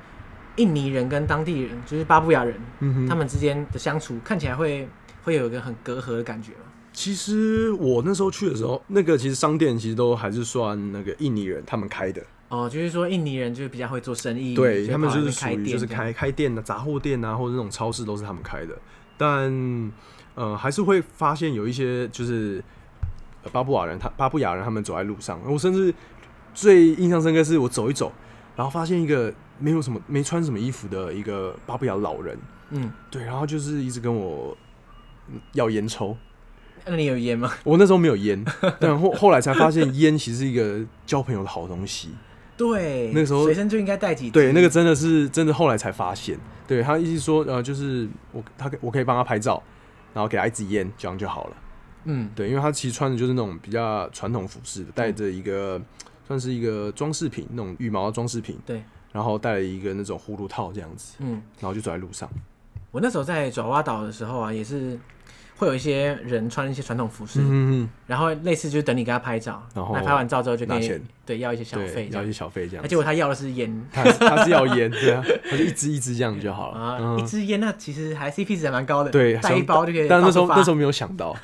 [SPEAKER 1] 印尼人跟当地人，就是巴布亚人，
[SPEAKER 2] 嗯哼
[SPEAKER 1] 他们之间的相处看起来会会有一个很隔阂的感觉吗？
[SPEAKER 2] 其实我那时候去的时候，那个其实商店其实都还是算那个印尼人他们开的，
[SPEAKER 1] 哦，就是说印尼人就是比较会做生意，
[SPEAKER 2] 对
[SPEAKER 1] 所以
[SPEAKER 2] 他们
[SPEAKER 1] 跑
[SPEAKER 2] 就
[SPEAKER 1] 来那
[SPEAKER 2] 是属
[SPEAKER 1] 边
[SPEAKER 2] 于
[SPEAKER 1] 店
[SPEAKER 2] 就是
[SPEAKER 1] 这样
[SPEAKER 2] 开开店啊、杂货店啊，或者那种超市都是他们开的，但呃还是会发现有一些就是、呃巴布亚人他巴布亚人他们走在路上，我甚至最印象深刻是我走一走，然后发现一个没有什么没穿什么衣服的一个巴布亚老人，
[SPEAKER 1] 嗯，
[SPEAKER 2] 对，然后就是一直跟我嗯要烟抽，
[SPEAKER 1] 那你有烟吗？
[SPEAKER 2] 我那时候没有烟， 但后后来才发现烟其实是一个交朋友的好东西。
[SPEAKER 1] 对，
[SPEAKER 2] 那个时候
[SPEAKER 1] 随身就应该带几支
[SPEAKER 2] 对，那个真的是真的，后来才发现。对他一直说，呃，就是我他我可以帮他拍照，然后给他一支烟，这样就好了。
[SPEAKER 1] 嗯，
[SPEAKER 2] 对，因为他其实穿的就是那种比较传统服饰的，带着一个、算是一个装饰品，那种羽毛的装饰品，
[SPEAKER 1] 对，
[SPEAKER 2] 然后带了一个那种葫芦套这样子，
[SPEAKER 1] 嗯，
[SPEAKER 2] 然后就走在路上。
[SPEAKER 1] 我那时候在爪哇岛的时候啊，也是会有一些人穿一些传统服饰，
[SPEAKER 2] 嗯嗯
[SPEAKER 1] 然后类似就是等你跟他拍照，
[SPEAKER 2] 然后
[SPEAKER 1] 那拍完照之后就
[SPEAKER 2] 拿
[SPEAKER 1] 跟你
[SPEAKER 2] 钱
[SPEAKER 1] 对要一些小
[SPEAKER 2] 对，
[SPEAKER 1] 费这
[SPEAKER 2] 要
[SPEAKER 1] 样，
[SPEAKER 2] 一些小费这样
[SPEAKER 1] 那
[SPEAKER 2] 子。
[SPEAKER 1] 结果他要的是烟
[SPEAKER 2] 他他是要烟，对啊，他就一支一支这样就好 了。
[SPEAKER 1] 啊，
[SPEAKER 2] 嗯
[SPEAKER 1] 一支烟那其实还 CP 值还蛮高的，
[SPEAKER 2] 对，
[SPEAKER 1] 带一包就可以
[SPEAKER 2] 但
[SPEAKER 1] 到
[SPEAKER 2] 那时候
[SPEAKER 1] 处发
[SPEAKER 2] 那时候没有想到，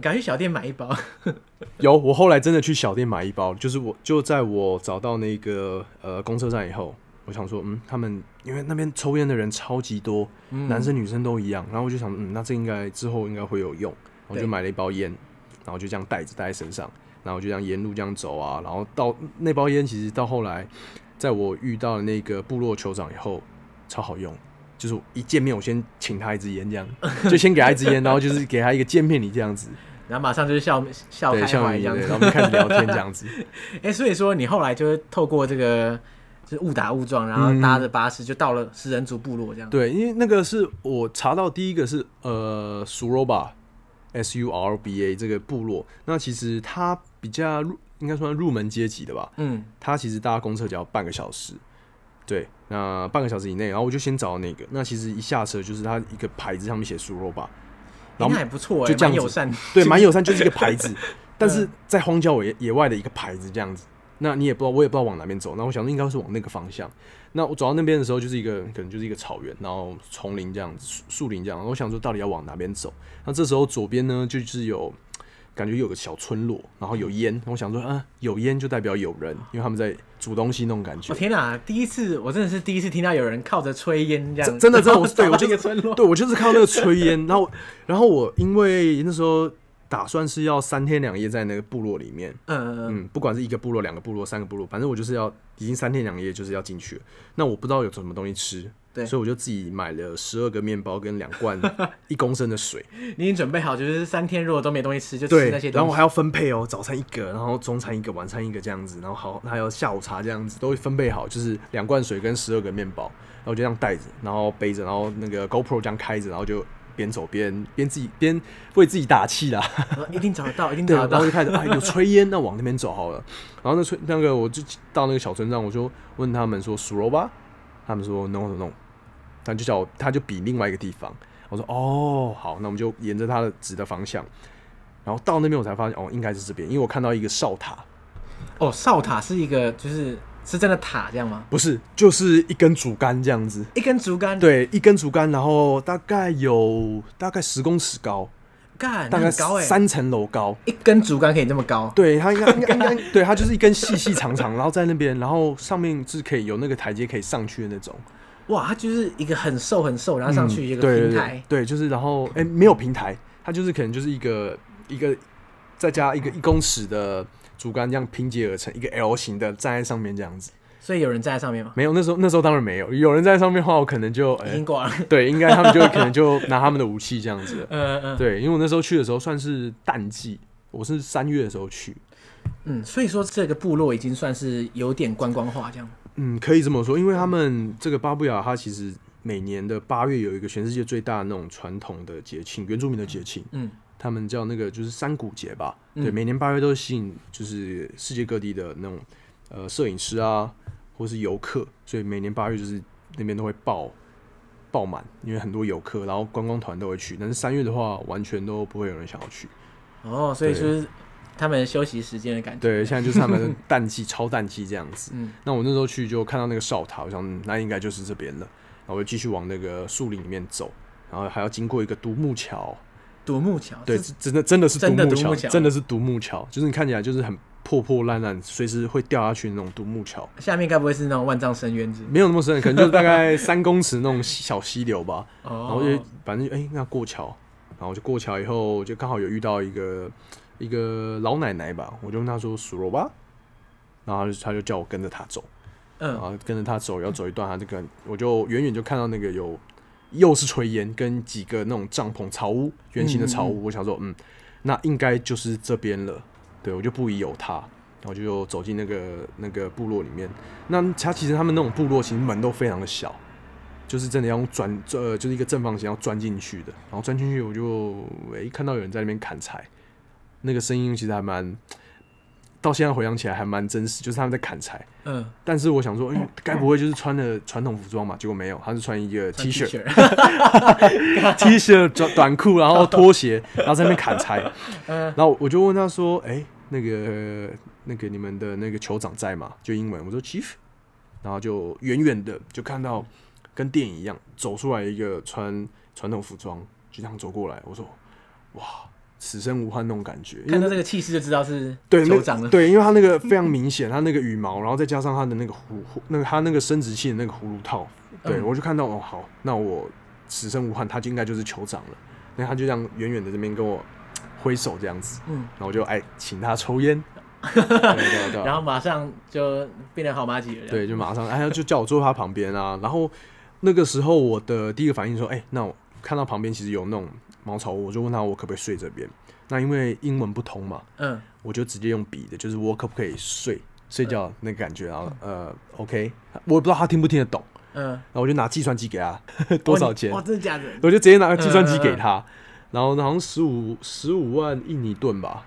[SPEAKER 1] 赶去小店买一包，
[SPEAKER 2] 有，我后来真的去小店买一包，就是我就在我找到那个呃公车站以后，我想说，嗯，他们因为那边抽烟的人超级多，男生女生都一样，然后我就想，嗯，那这应该之后应该会有用，我就
[SPEAKER 1] 对
[SPEAKER 2] 买了一包烟，然后就这样带着带在身上，然后就这样沿路这样走啊，然后到那包烟其实到后来，在我遇到了那个部落酋长以后，超好用。就是我一见面，我先请他一支烟，这样就先给他一支烟，然后就是给他一个见面礼这样子，
[SPEAKER 1] 然后马上就是笑笑
[SPEAKER 2] 对，
[SPEAKER 1] 开
[SPEAKER 2] 像
[SPEAKER 1] 怀
[SPEAKER 2] 你
[SPEAKER 1] 这样
[SPEAKER 2] 对
[SPEAKER 1] 子
[SPEAKER 2] 然后。我们开始聊天这样子，
[SPEAKER 1] 哎、所以说你后来就是透过这个，就是误打误撞，然后搭着巴士就到了食人族部落这样。
[SPEAKER 2] 嗯对，因为那个是我查到第一个是呃 Suroba，S U R B A 这个部落，那其实它比较入，应该算入门阶级的吧。
[SPEAKER 1] 嗯，
[SPEAKER 2] 它其实搭公车只要半个小时，对，那半个小时以内，然后我就先找那个，那其实一下车就是它一个牌子上面写 Suroba，
[SPEAKER 1] 应
[SPEAKER 2] 然后
[SPEAKER 1] 该还不错哎、
[SPEAKER 2] 就这
[SPEAKER 1] 蛮
[SPEAKER 2] 样子
[SPEAKER 1] 友善。
[SPEAKER 2] 对，蛮友善，就是一个牌子，但是在荒郊野野外的一个牌子这样子。那你也不知道，我也不知道往哪边走。那我想说应该是往那个方向。那我走到那边的时候，就是一个可能就是一个草原，然后丛林这样子，树树林这样。我想说到底要往哪边走？那这时候左边呢，就是有感觉有个小村落，然后有烟。我想说啊，有烟就代表有人，因为他们在煮东西那种感 觉
[SPEAKER 1] 我、。哦天哪，第一次我真的是第一次听到有人靠着炊烟这样，
[SPEAKER 2] 真真的真的， 我对
[SPEAKER 1] 然后
[SPEAKER 2] 我
[SPEAKER 1] 走
[SPEAKER 2] 就
[SPEAKER 1] 到一个
[SPEAKER 2] 是
[SPEAKER 1] 村落。
[SPEAKER 2] 对我就是看到那个炊烟，然后 然后我因为那时候打算是要三天两夜在那个部落里面，
[SPEAKER 1] 嗯嗯
[SPEAKER 2] 嗯，不管是一个部落、两个部落、三个部落，反正我就是要已经三天两夜就是要进去了。那我不知道有什么东西吃，
[SPEAKER 1] 对
[SPEAKER 2] 所以我就自己买了十二个面包跟两 罐一公升的水，
[SPEAKER 1] 嗯，你已经准备好，就是三天如果都没东西吃，就吃
[SPEAKER 2] 对
[SPEAKER 1] 那些，
[SPEAKER 2] 然后
[SPEAKER 1] 东
[SPEAKER 2] 我
[SPEAKER 1] 西。
[SPEAKER 2] 还要分配哦，早餐一个，然后中餐一个，晚餐一个这样子，然后好还有下午茶这样子都会分配好，就是两罐水跟十二个面包，然后我就这样带着，然后背着，然后那个 GoPro 这样开着，然后就边走边边自己边为自己打气啦。
[SPEAKER 1] 然呃后一定找得到，一定
[SPEAKER 2] 对，
[SPEAKER 1] 找得
[SPEAKER 2] 然
[SPEAKER 1] 到
[SPEAKER 2] 后就。开始哎有炊烟，那往那边走好了。然后那炊那个我就到那个小村上，我就问他们说熟肉吧，他们说 no no no，他就叫我他就比另外一个地方，我说哦好，那我们就沿着他的指的方向，然后到那边我才发现哦应该是这边，因为我看到一个哨塔，
[SPEAKER 1] 哦，哨塔是一个，就是是真的塔这样吗？
[SPEAKER 2] 不是就是一根竹竿这样子，
[SPEAKER 1] 一根竹竿，，
[SPEAKER 2] 对，一根竹竿，然后大概有大概十公尺高，
[SPEAKER 1] 干
[SPEAKER 2] 大
[SPEAKER 1] 那
[SPEAKER 2] 概
[SPEAKER 1] 很高哎、
[SPEAKER 2] 三层楼高。
[SPEAKER 1] 一根竹竿可以这么高，
[SPEAKER 2] 对，它应该应该应该， 对，它就是一根细细长长，然后在那边，然后上面是可以有那个台阶可以上去的那种。
[SPEAKER 1] 哇，它就是一个很瘦很瘦，然后上去一
[SPEAKER 2] 嗯
[SPEAKER 1] 个
[SPEAKER 2] 对
[SPEAKER 1] 平
[SPEAKER 2] 对
[SPEAKER 1] 台
[SPEAKER 2] 对，，对，就是然后哎、没有平台，它就是可能就是一个一个再加一个一公尺的竹竿这样拼接而成一个 L 型的站在上面这样子。
[SPEAKER 1] 所以有人站在上面吗？
[SPEAKER 2] 没有，那时候那时候当然没有，有人在上面的话，我可能就哎、
[SPEAKER 1] 已经挂了。
[SPEAKER 2] 对，应该他们就可能就拿他们的武器这样 子了。
[SPEAKER 1] 呃呃，
[SPEAKER 2] 对，因为我那时候去的时候算是淡季，我是三月的时候去，
[SPEAKER 1] 嗯，所以说这个部落已经算是有点观光化这样。
[SPEAKER 2] 嗯，可以这么说，因为他们这个巴布亚，它其实每年的八月有一个全世界最大的那种传统的节庆，原住民的节庆，
[SPEAKER 1] 嗯，
[SPEAKER 2] 他们叫那个就是山谷节吧，
[SPEAKER 1] 嗯
[SPEAKER 2] 对，每年八月都吸引就是世界各地的那种呃摄影师啊，或是游客，所以每年八月就是那边都会爆爆满，因为很多游客，然后观光团都会去，但是三月的话，完全都不会有人想要去。
[SPEAKER 1] 哦，所以
[SPEAKER 2] 对
[SPEAKER 1] 就是他们休息时间的感觉。
[SPEAKER 2] 对，现在就是他们的淡季、超淡季这样子。
[SPEAKER 1] 嗯
[SPEAKER 2] 那我那时候去就看到那个哨塔，我想嗯那应该就是这边了，然后我就继续往那个树林里面走，然后还要经过一个独木桥，
[SPEAKER 1] 独木桥，
[SPEAKER 2] 对，
[SPEAKER 1] 这，
[SPEAKER 2] 这真的真的是独
[SPEAKER 1] 真的
[SPEAKER 2] 木
[SPEAKER 1] 独木
[SPEAKER 2] 桥，
[SPEAKER 1] 桥
[SPEAKER 2] 真的是独木桥，就是你看起来就是很破破烂烂，随时会掉下去的那种独木桥，
[SPEAKER 1] 下面该不会是那种万丈深渊之？
[SPEAKER 2] 没有那么深，可能就是 大概三公尺那种小溪流吧。然后就
[SPEAKER 1] 哦，
[SPEAKER 2] 反正就哎、那过桥，然后就过桥以后就刚好有遇到一个一个老奶奶吧，我就问她说数罗吧，然后她就她就叫我跟着她走，然
[SPEAKER 1] 嗯，
[SPEAKER 2] 后跟着她走，要走一段，她就跟我就远远就看到那个有又是炊烟跟几个那种帐篷草屋，圆形的草屋，我想说嗯，那应该就是这边了，对我就不疑有他。然后就走进那个那个部落里面，那他其实他们那种部落其实门都非常的小，就是真的要用钻，呃，就是一个正方形要钻进去的。然后钻进去，我就诶、看到有人在那边砍柴，那个声音其实还蛮，到现在回想起来还蛮真实，就是他们在砍柴。
[SPEAKER 1] 嗯
[SPEAKER 2] 但是我想说，哎、该不会就是穿了传统服装嘛？结果没有，他是穿一个 T 恤、
[SPEAKER 1] 恤，
[SPEAKER 2] T 恤、短短裤，然后拖鞋，然后在那边砍 柴。
[SPEAKER 1] 嗯
[SPEAKER 2] 然后我就问他说：“哎、那个那个你们的那个酋长在吗？”就英文，我说 “Chief”，然后就远远的就看到跟电影一样走出来一个穿传统服装，就这样走过来。我说：“哇，此生无憾那种感觉。”因
[SPEAKER 1] 看到
[SPEAKER 2] 为
[SPEAKER 1] 这个气势就知道是
[SPEAKER 2] 对那
[SPEAKER 1] 酋长了。
[SPEAKER 2] 对，因为他那个非常明显，他那个羽毛，然后再加上他的那个胡胡那个他那个生殖器的那个葫芦套，对、
[SPEAKER 1] 嗯
[SPEAKER 2] 我就看到哦，好，那我此生无憾，他就应该就是酋长了。那他就这样远远的这边跟我挥手这样子。
[SPEAKER 1] 嗯，
[SPEAKER 2] 然后我就哎请他抽烟，对啊对 对
[SPEAKER 1] 然后马上就变成好妈吉了。这样，
[SPEAKER 2] 对，就马上哎就叫我坐他旁边啊。然后那个时候我的第一个反应说，哎，那我看到旁边其实有那种茅草屋，我就问他我可不可以睡这边。那因为英文不通嘛，
[SPEAKER 1] 嗯，
[SPEAKER 2] 我就直接用笔的，就是我可不可以睡睡觉那个感觉，然后呃 OK，我也不知道他听不听得懂，
[SPEAKER 1] 嗯，
[SPEAKER 2] 然后我就拿计算机给他多少钱
[SPEAKER 1] 哇，，真的假的？
[SPEAKER 2] 我就直接拿计算机给他，然后好像十五十五万印尼盾吧，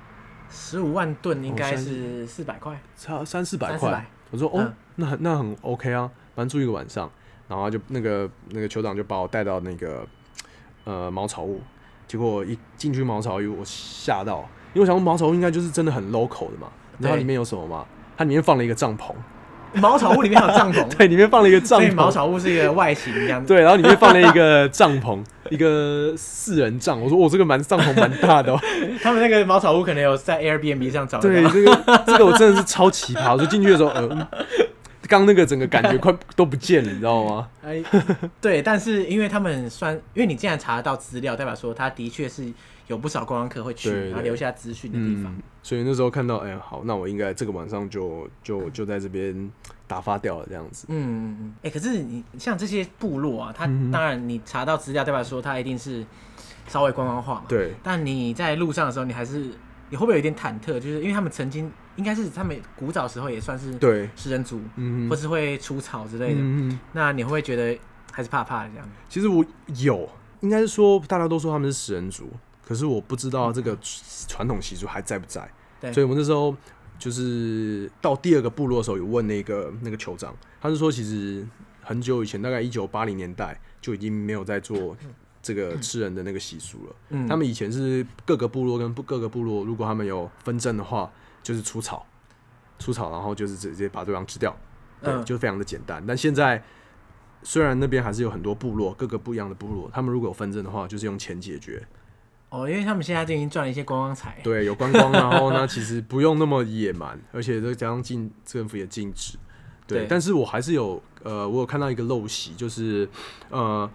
[SPEAKER 1] 十五万吨应
[SPEAKER 2] 哦
[SPEAKER 1] 该是四百块。
[SPEAKER 2] 差三四百
[SPEAKER 1] 300-400
[SPEAKER 2] 块。我说哦，
[SPEAKER 1] 嗯
[SPEAKER 2] 那很那很 OK 啊，反正住一个晚上，然后他就那个那个酋长就把我带到那个呃茅草屋，结果一进去茅草屋我吓到，因为我想说茅草屋应该就是真的很 local 的嘛，你知
[SPEAKER 1] 对
[SPEAKER 2] 道它里面有什么吗？它里面放了一个帐篷，
[SPEAKER 1] 茅草屋里面还有帐篷，
[SPEAKER 2] 对，里面放了一个 帐
[SPEAKER 1] 所以茅
[SPEAKER 2] 篷。
[SPEAKER 1] 草屋是一个外形这样子。
[SPEAKER 2] 对，然后里面放了一个帐篷， 一个四人帐。我说我、哦、这个蛮帐篷蛮大 的、哦，
[SPEAKER 1] 他们那个茅草屋可能有在 Airbnb 上找得
[SPEAKER 2] 对，
[SPEAKER 1] 到。
[SPEAKER 2] 这个这个我真的是超奇葩。我说进去的时候，呃，嗯刚那个整个感 觉快都不见了，你知道吗？
[SPEAKER 1] 哎， 对，但是因为他们算，因为你既然查得到资料，代表说他的确是有不少观光客会去，
[SPEAKER 2] 对对
[SPEAKER 1] 然后留下资讯的地方。
[SPEAKER 2] 嗯。所以那时候看到，哎、呀，好，那我应该这个晚上就就就在这边打发掉了，这样子。
[SPEAKER 1] 嗯嗯嗯，哎、可是你像这些部落啊，它
[SPEAKER 2] 嗯哼
[SPEAKER 1] 当然你查到资料，代表说它一定是稍微观光化嘛。。
[SPEAKER 2] 对，
[SPEAKER 1] 但你在路上的时候，你还是你会不会有一点忐忑？就是因为他们曾经应该是他们古早时候也算是
[SPEAKER 2] 对，
[SPEAKER 1] 食人族，
[SPEAKER 2] 嗯
[SPEAKER 1] 或
[SPEAKER 2] 哼，
[SPEAKER 1] 是会除草之类的。
[SPEAKER 2] 嗯哼，
[SPEAKER 1] 那你会不会觉得还是怕怕的这样？
[SPEAKER 2] 其实我有，应该是说大家都说他们是食人族，可是我不知道这个传统习俗还在不在。
[SPEAKER 1] 对
[SPEAKER 2] 所以我那时候就是到第二个部落的时候，有问那个那个酋长，他是说其实很久以前，大概一九八零年代就已经没有在做这个吃人的那个习俗了。
[SPEAKER 1] 嗯，
[SPEAKER 2] 他们以前是各个部落跟不各个部落，如果他们有纷争的话，就是除草，除草，然后就是直接把对方吃掉，对，
[SPEAKER 1] 嗯
[SPEAKER 2] 就非常的简单。但现在虽然那边还是有很多部落，各个不一样的部落，他们如果有纷争的话，就是用钱解决。
[SPEAKER 1] 哦，因为他们现在就已经赚了一些观光财。
[SPEAKER 2] 对，有观光，然后呢，其实不用那么野蛮，而且再加上禁政府也禁止。对，
[SPEAKER 1] 对
[SPEAKER 2] 但是我还是有呃，我有看到一个陋习，就是呃，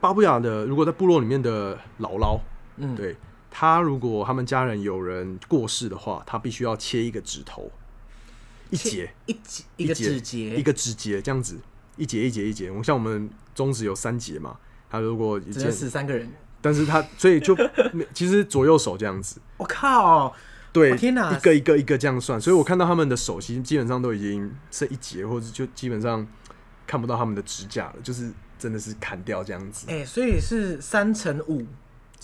[SPEAKER 2] 巴布亚的如果在部落里面的姥姥，
[SPEAKER 1] 嗯，
[SPEAKER 2] 对他，如果他们家人有人过世的话，他必须要切一个指头，一节
[SPEAKER 1] 一节一个
[SPEAKER 2] 节
[SPEAKER 1] 指节，
[SPEAKER 2] 一个指节这样子，一节一节一节。我像我们中指有三节嘛，他如果一
[SPEAKER 1] 只能
[SPEAKER 2] 件，
[SPEAKER 1] 死三个人。
[SPEAKER 2] 但是他所以就其实左右手这样子，
[SPEAKER 1] 我靠！
[SPEAKER 2] 对，
[SPEAKER 1] 哦天哪
[SPEAKER 2] 一个一个一个这样算，所以我看到他们的手其实基本上都已经剩一节，或者就基本上看不到他们的指甲了，就是真的是砍掉这样子。
[SPEAKER 1] 哎、所以是三乘五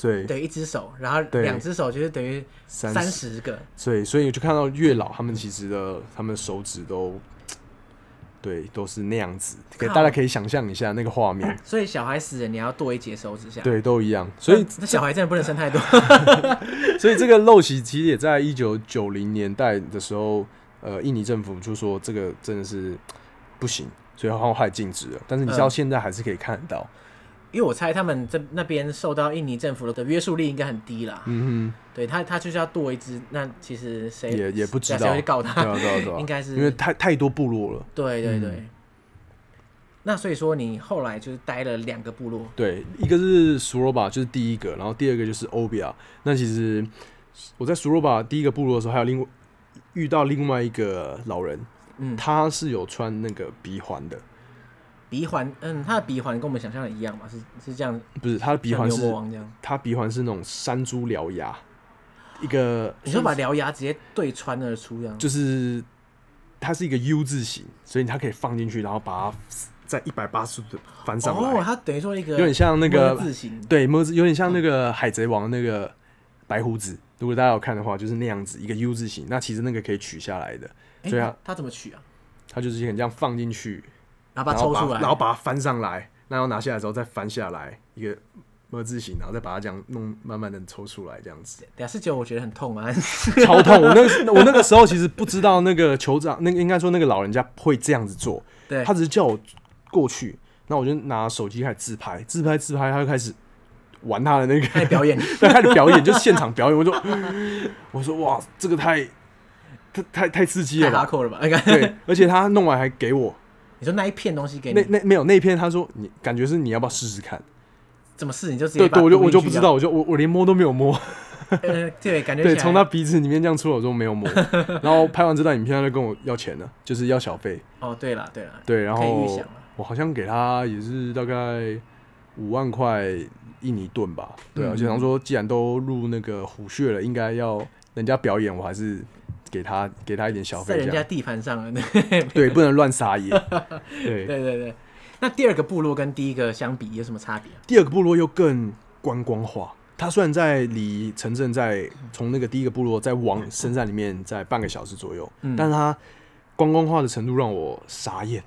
[SPEAKER 2] 对，
[SPEAKER 1] 等于一只手，然后
[SPEAKER 2] 对
[SPEAKER 1] 两只手就是等于
[SPEAKER 2] 三
[SPEAKER 1] 三十个。
[SPEAKER 2] 所以所以就看到月老他们其实的他们手指都。对，都是那样子，可以
[SPEAKER 1] 靠
[SPEAKER 2] 大家可以想象一下那个 画面，
[SPEAKER 1] 所以小孩死了，你要剁一节手指下。，
[SPEAKER 2] 对，都一样。所以
[SPEAKER 1] 那小孩真的不能生太多。
[SPEAKER 2] 所以这个陋习其实也在一九九零年代的时候，呃，印尼政府就说这个真的是不行，所以后来禁止了。但是你知道
[SPEAKER 1] 嗯
[SPEAKER 2] 现在还是可以看得到，
[SPEAKER 1] 因为我猜他们这那边受到印尼政府的约束力应该很低啦。
[SPEAKER 2] 嗯
[SPEAKER 1] 对他，他就是要剁一只，那其实谁
[SPEAKER 2] 哼，也也不知道，
[SPEAKER 1] 谁会去告
[SPEAKER 2] 对
[SPEAKER 1] 他？
[SPEAKER 2] 啊对啊对啊，
[SPEAKER 1] 应该是
[SPEAKER 2] 因为嗯太太多部落了。
[SPEAKER 1] 对对对。那所以说，你后来就是待了两个部落，
[SPEAKER 2] 对，一个是苏罗巴，就是第一个，然后第二个就是欧比亚。那其实我在苏罗巴第一个部落的时候，还有另外遇到另外一个老人，
[SPEAKER 1] 嗯
[SPEAKER 2] 他是有穿那个鼻环的，
[SPEAKER 1] 鼻环，嗯，他的鼻环跟我们想象的一样嘛，是是这样，
[SPEAKER 2] 不是他的鼻
[SPEAKER 1] 像
[SPEAKER 2] 环
[SPEAKER 1] 牛魔
[SPEAKER 2] 是
[SPEAKER 1] 王这样。
[SPEAKER 2] 他鼻环是那种山猪獠牙，一个
[SPEAKER 1] 你说把獠牙直接对穿而出这样，
[SPEAKER 2] 就是它是一个 U 字形，所以它可以放进去，然后把它在一百八十度翻上来，
[SPEAKER 1] 哦，它等于说一个
[SPEAKER 2] 有点像那个
[SPEAKER 1] 么字形，
[SPEAKER 2] 对，摸字有点像那个海贼王那个白胡子。如果大家有看的话，就是那样子一个 U 字形。那其实那个可以取下来的，
[SPEAKER 1] 诶
[SPEAKER 2] 所以它
[SPEAKER 1] 它它怎么取啊？
[SPEAKER 2] 它就是很这样放进去，
[SPEAKER 1] 然后
[SPEAKER 2] 然
[SPEAKER 1] 把它
[SPEAKER 2] 后
[SPEAKER 1] 抽
[SPEAKER 2] 把
[SPEAKER 1] 出来，
[SPEAKER 2] 然后把它翻上来，那要拿下来之后再翻下来一个摸字形，然后再把它这样弄，慢慢的抽出来这样子。
[SPEAKER 1] 两四九我觉得很痛啊，
[SPEAKER 2] 超痛！我那个我那个时候其实不知道那个酋长，那个应该说那个老人家会这样子做，
[SPEAKER 1] 对
[SPEAKER 2] 他，只是叫我过去，那我就拿手机开始自拍，自拍自拍，他就开始玩他的那个，
[SPEAKER 1] 开始表演，
[SPEAKER 2] 他开始表演，就是现场表演。我就我说哇，这个太太太太刺激
[SPEAKER 1] 太
[SPEAKER 2] 了
[SPEAKER 1] 哈
[SPEAKER 2] 吧？
[SPEAKER 1] 扣了吧？应该
[SPEAKER 2] 对，而且他弄完还给我
[SPEAKER 1] 你说那一片东西给
[SPEAKER 2] 那
[SPEAKER 1] 你
[SPEAKER 2] 那没有那一篇，他说你感觉是你要不要试试看？
[SPEAKER 1] 怎么试，你就直接
[SPEAKER 2] 对
[SPEAKER 1] 把
[SPEAKER 2] 对，我就
[SPEAKER 1] 毒
[SPEAKER 2] 我
[SPEAKER 1] 液
[SPEAKER 2] 就
[SPEAKER 1] 去
[SPEAKER 2] 不知
[SPEAKER 1] 掉
[SPEAKER 2] 道，，我就我我连摸都没有摸。
[SPEAKER 1] 呃，对，感觉
[SPEAKER 2] 对，
[SPEAKER 1] 起来
[SPEAKER 2] 从他鼻子里面这样出来，我说没 有摸。然后拍完这段影片，他就跟我要钱了，就是要小费。
[SPEAKER 1] 哦，对了对了，
[SPEAKER 2] 对，然
[SPEAKER 1] 可以预
[SPEAKER 2] 后
[SPEAKER 1] 想啊了
[SPEAKER 2] 我好像给他也是大概五万块印尼盾吧。对啊，
[SPEAKER 1] 嗯
[SPEAKER 2] 就想说，既然都入那个虎穴了，应该要人家表演，我还是给他给他一点小
[SPEAKER 1] 在
[SPEAKER 2] 费
[SPEAKER 1] 人
[SPEAKER 2] 这
[SPEAKER 1] 家
[SPEAKER 2] 样。
[SPEAKER 1] 地盘上了，
[SPEAKER 2] 对，不能乱 撒野。对，
[SPEAKER 1] 对对对。那第二个部落跟第一个相比有什么差别啊？
[SPEAKER 2] 第二个部落又更观光化。它虽然在离城镇在从那个第一个部落再往深山里面在半个小时左右，
[SPEAKER 1] 嗯
[SPEAKER 2] 但是它观光化的程度让我傻眼，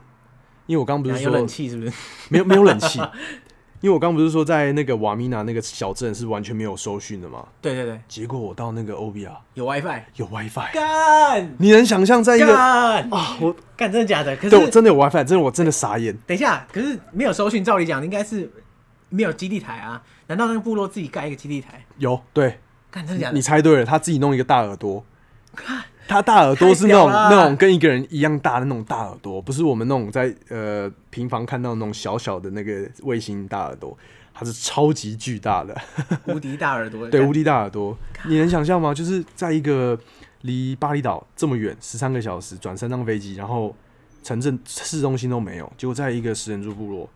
[SPEAKER 2] 因为我刚刚不是
[SPEAKER 1] 有
[SPEAKER 2] 说
[SPEAKER 1] 冷气是不是？
[SPEAKER 2] 没有没有冷气， 因为我刚不是说在那个瓦米纳那个小镇是完全没有收讯的嘛，
[SPEAKER 1] 对对对，
[SPEAKER 2] 结果我到那个欧比亚
[SPEAKER 1] 有 WiFi。
[SPEAKER 2] 有 WiFi，
[SPEAKER 1] 干
[SPEAKER 2] 你能想象在一个
[SPEAKER 1] 干
[SPEAKER 2] 啊，我
[SPEAKER 1] 干，真的假的？可
[SPEAKER 2] 对我
[SPEAKER 1] 是
[SPEAKER 2] 真的有 WiFi，真的我真的傻眼，
[SPEAKER 1] 等一下，可是没有收讯，照理讲应该是没有基地台啊？难道那个部落自己盖一个基地台？
[SPEAKER 2] 有对
[SPEAKER 1] 干真的假的
[SPEAKER 2] 你？猜对了，他自己弄一个大耳朵。他大耳朵是那种
[SPEAKER 1] 太屌了
[SPEAKER 2] 那种跟一个人一样大的那种大耳朵，不是我们那种在呃平房看到那种小小的那个卫星大耳朵，它是超级巨大的。
[SPEAKER 1] 无敌大耳朵，
[SPEAKER 2] 对，
[SPEAKER 1] 干
[SPEAKER 2] 无敌大耳朵，你能想象吗？就是在一个离巴厘岛这么远，十三个小时，转三趟飞机，然后城镇市中心都没有，结果在一个食人族部落，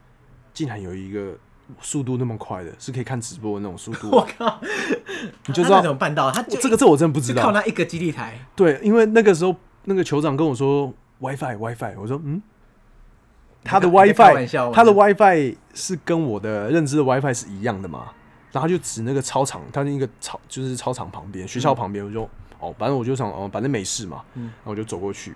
[SPEAKER 2] 竟然有一个速度那么快的，是可以看直播的那种速
[SPEAKER 1] 我
[SPEAKER 2] 度，
[SPEAKER 1] 靠！
[SPEAKER 2] 你就
[SPEAKER 1] 他
[SPEAKER 2] 知道
[SPEAKER 1] 那怎么办到？他就
[SPEAKER 2] 这个这我真的不知
[SPEAKER 1] 就靠
[SPEAKER 2] 道。
[SPEAKER 1] 那一个基地台，
[SPEAKER 2] 对，因为那个时候那个酋长跟我说 WiFi WiFi，我说嗯。他的
[SPEAKER 1] 你在开玩
[SPEAKER 2] WiFi，
[SPEAKER 1] 笑吗
[SPEAKER 2] 他的 WiFi 是跟我的认知的 WiFi 是一样的嘛？然后他就指那个操场，他那个操就是操场旁边，学校旁边，我就哦，反正我就想哦，反正没事嘛，
[SPEAKER 1] 嗯
[SPEAKER 2] 然后我就走过去，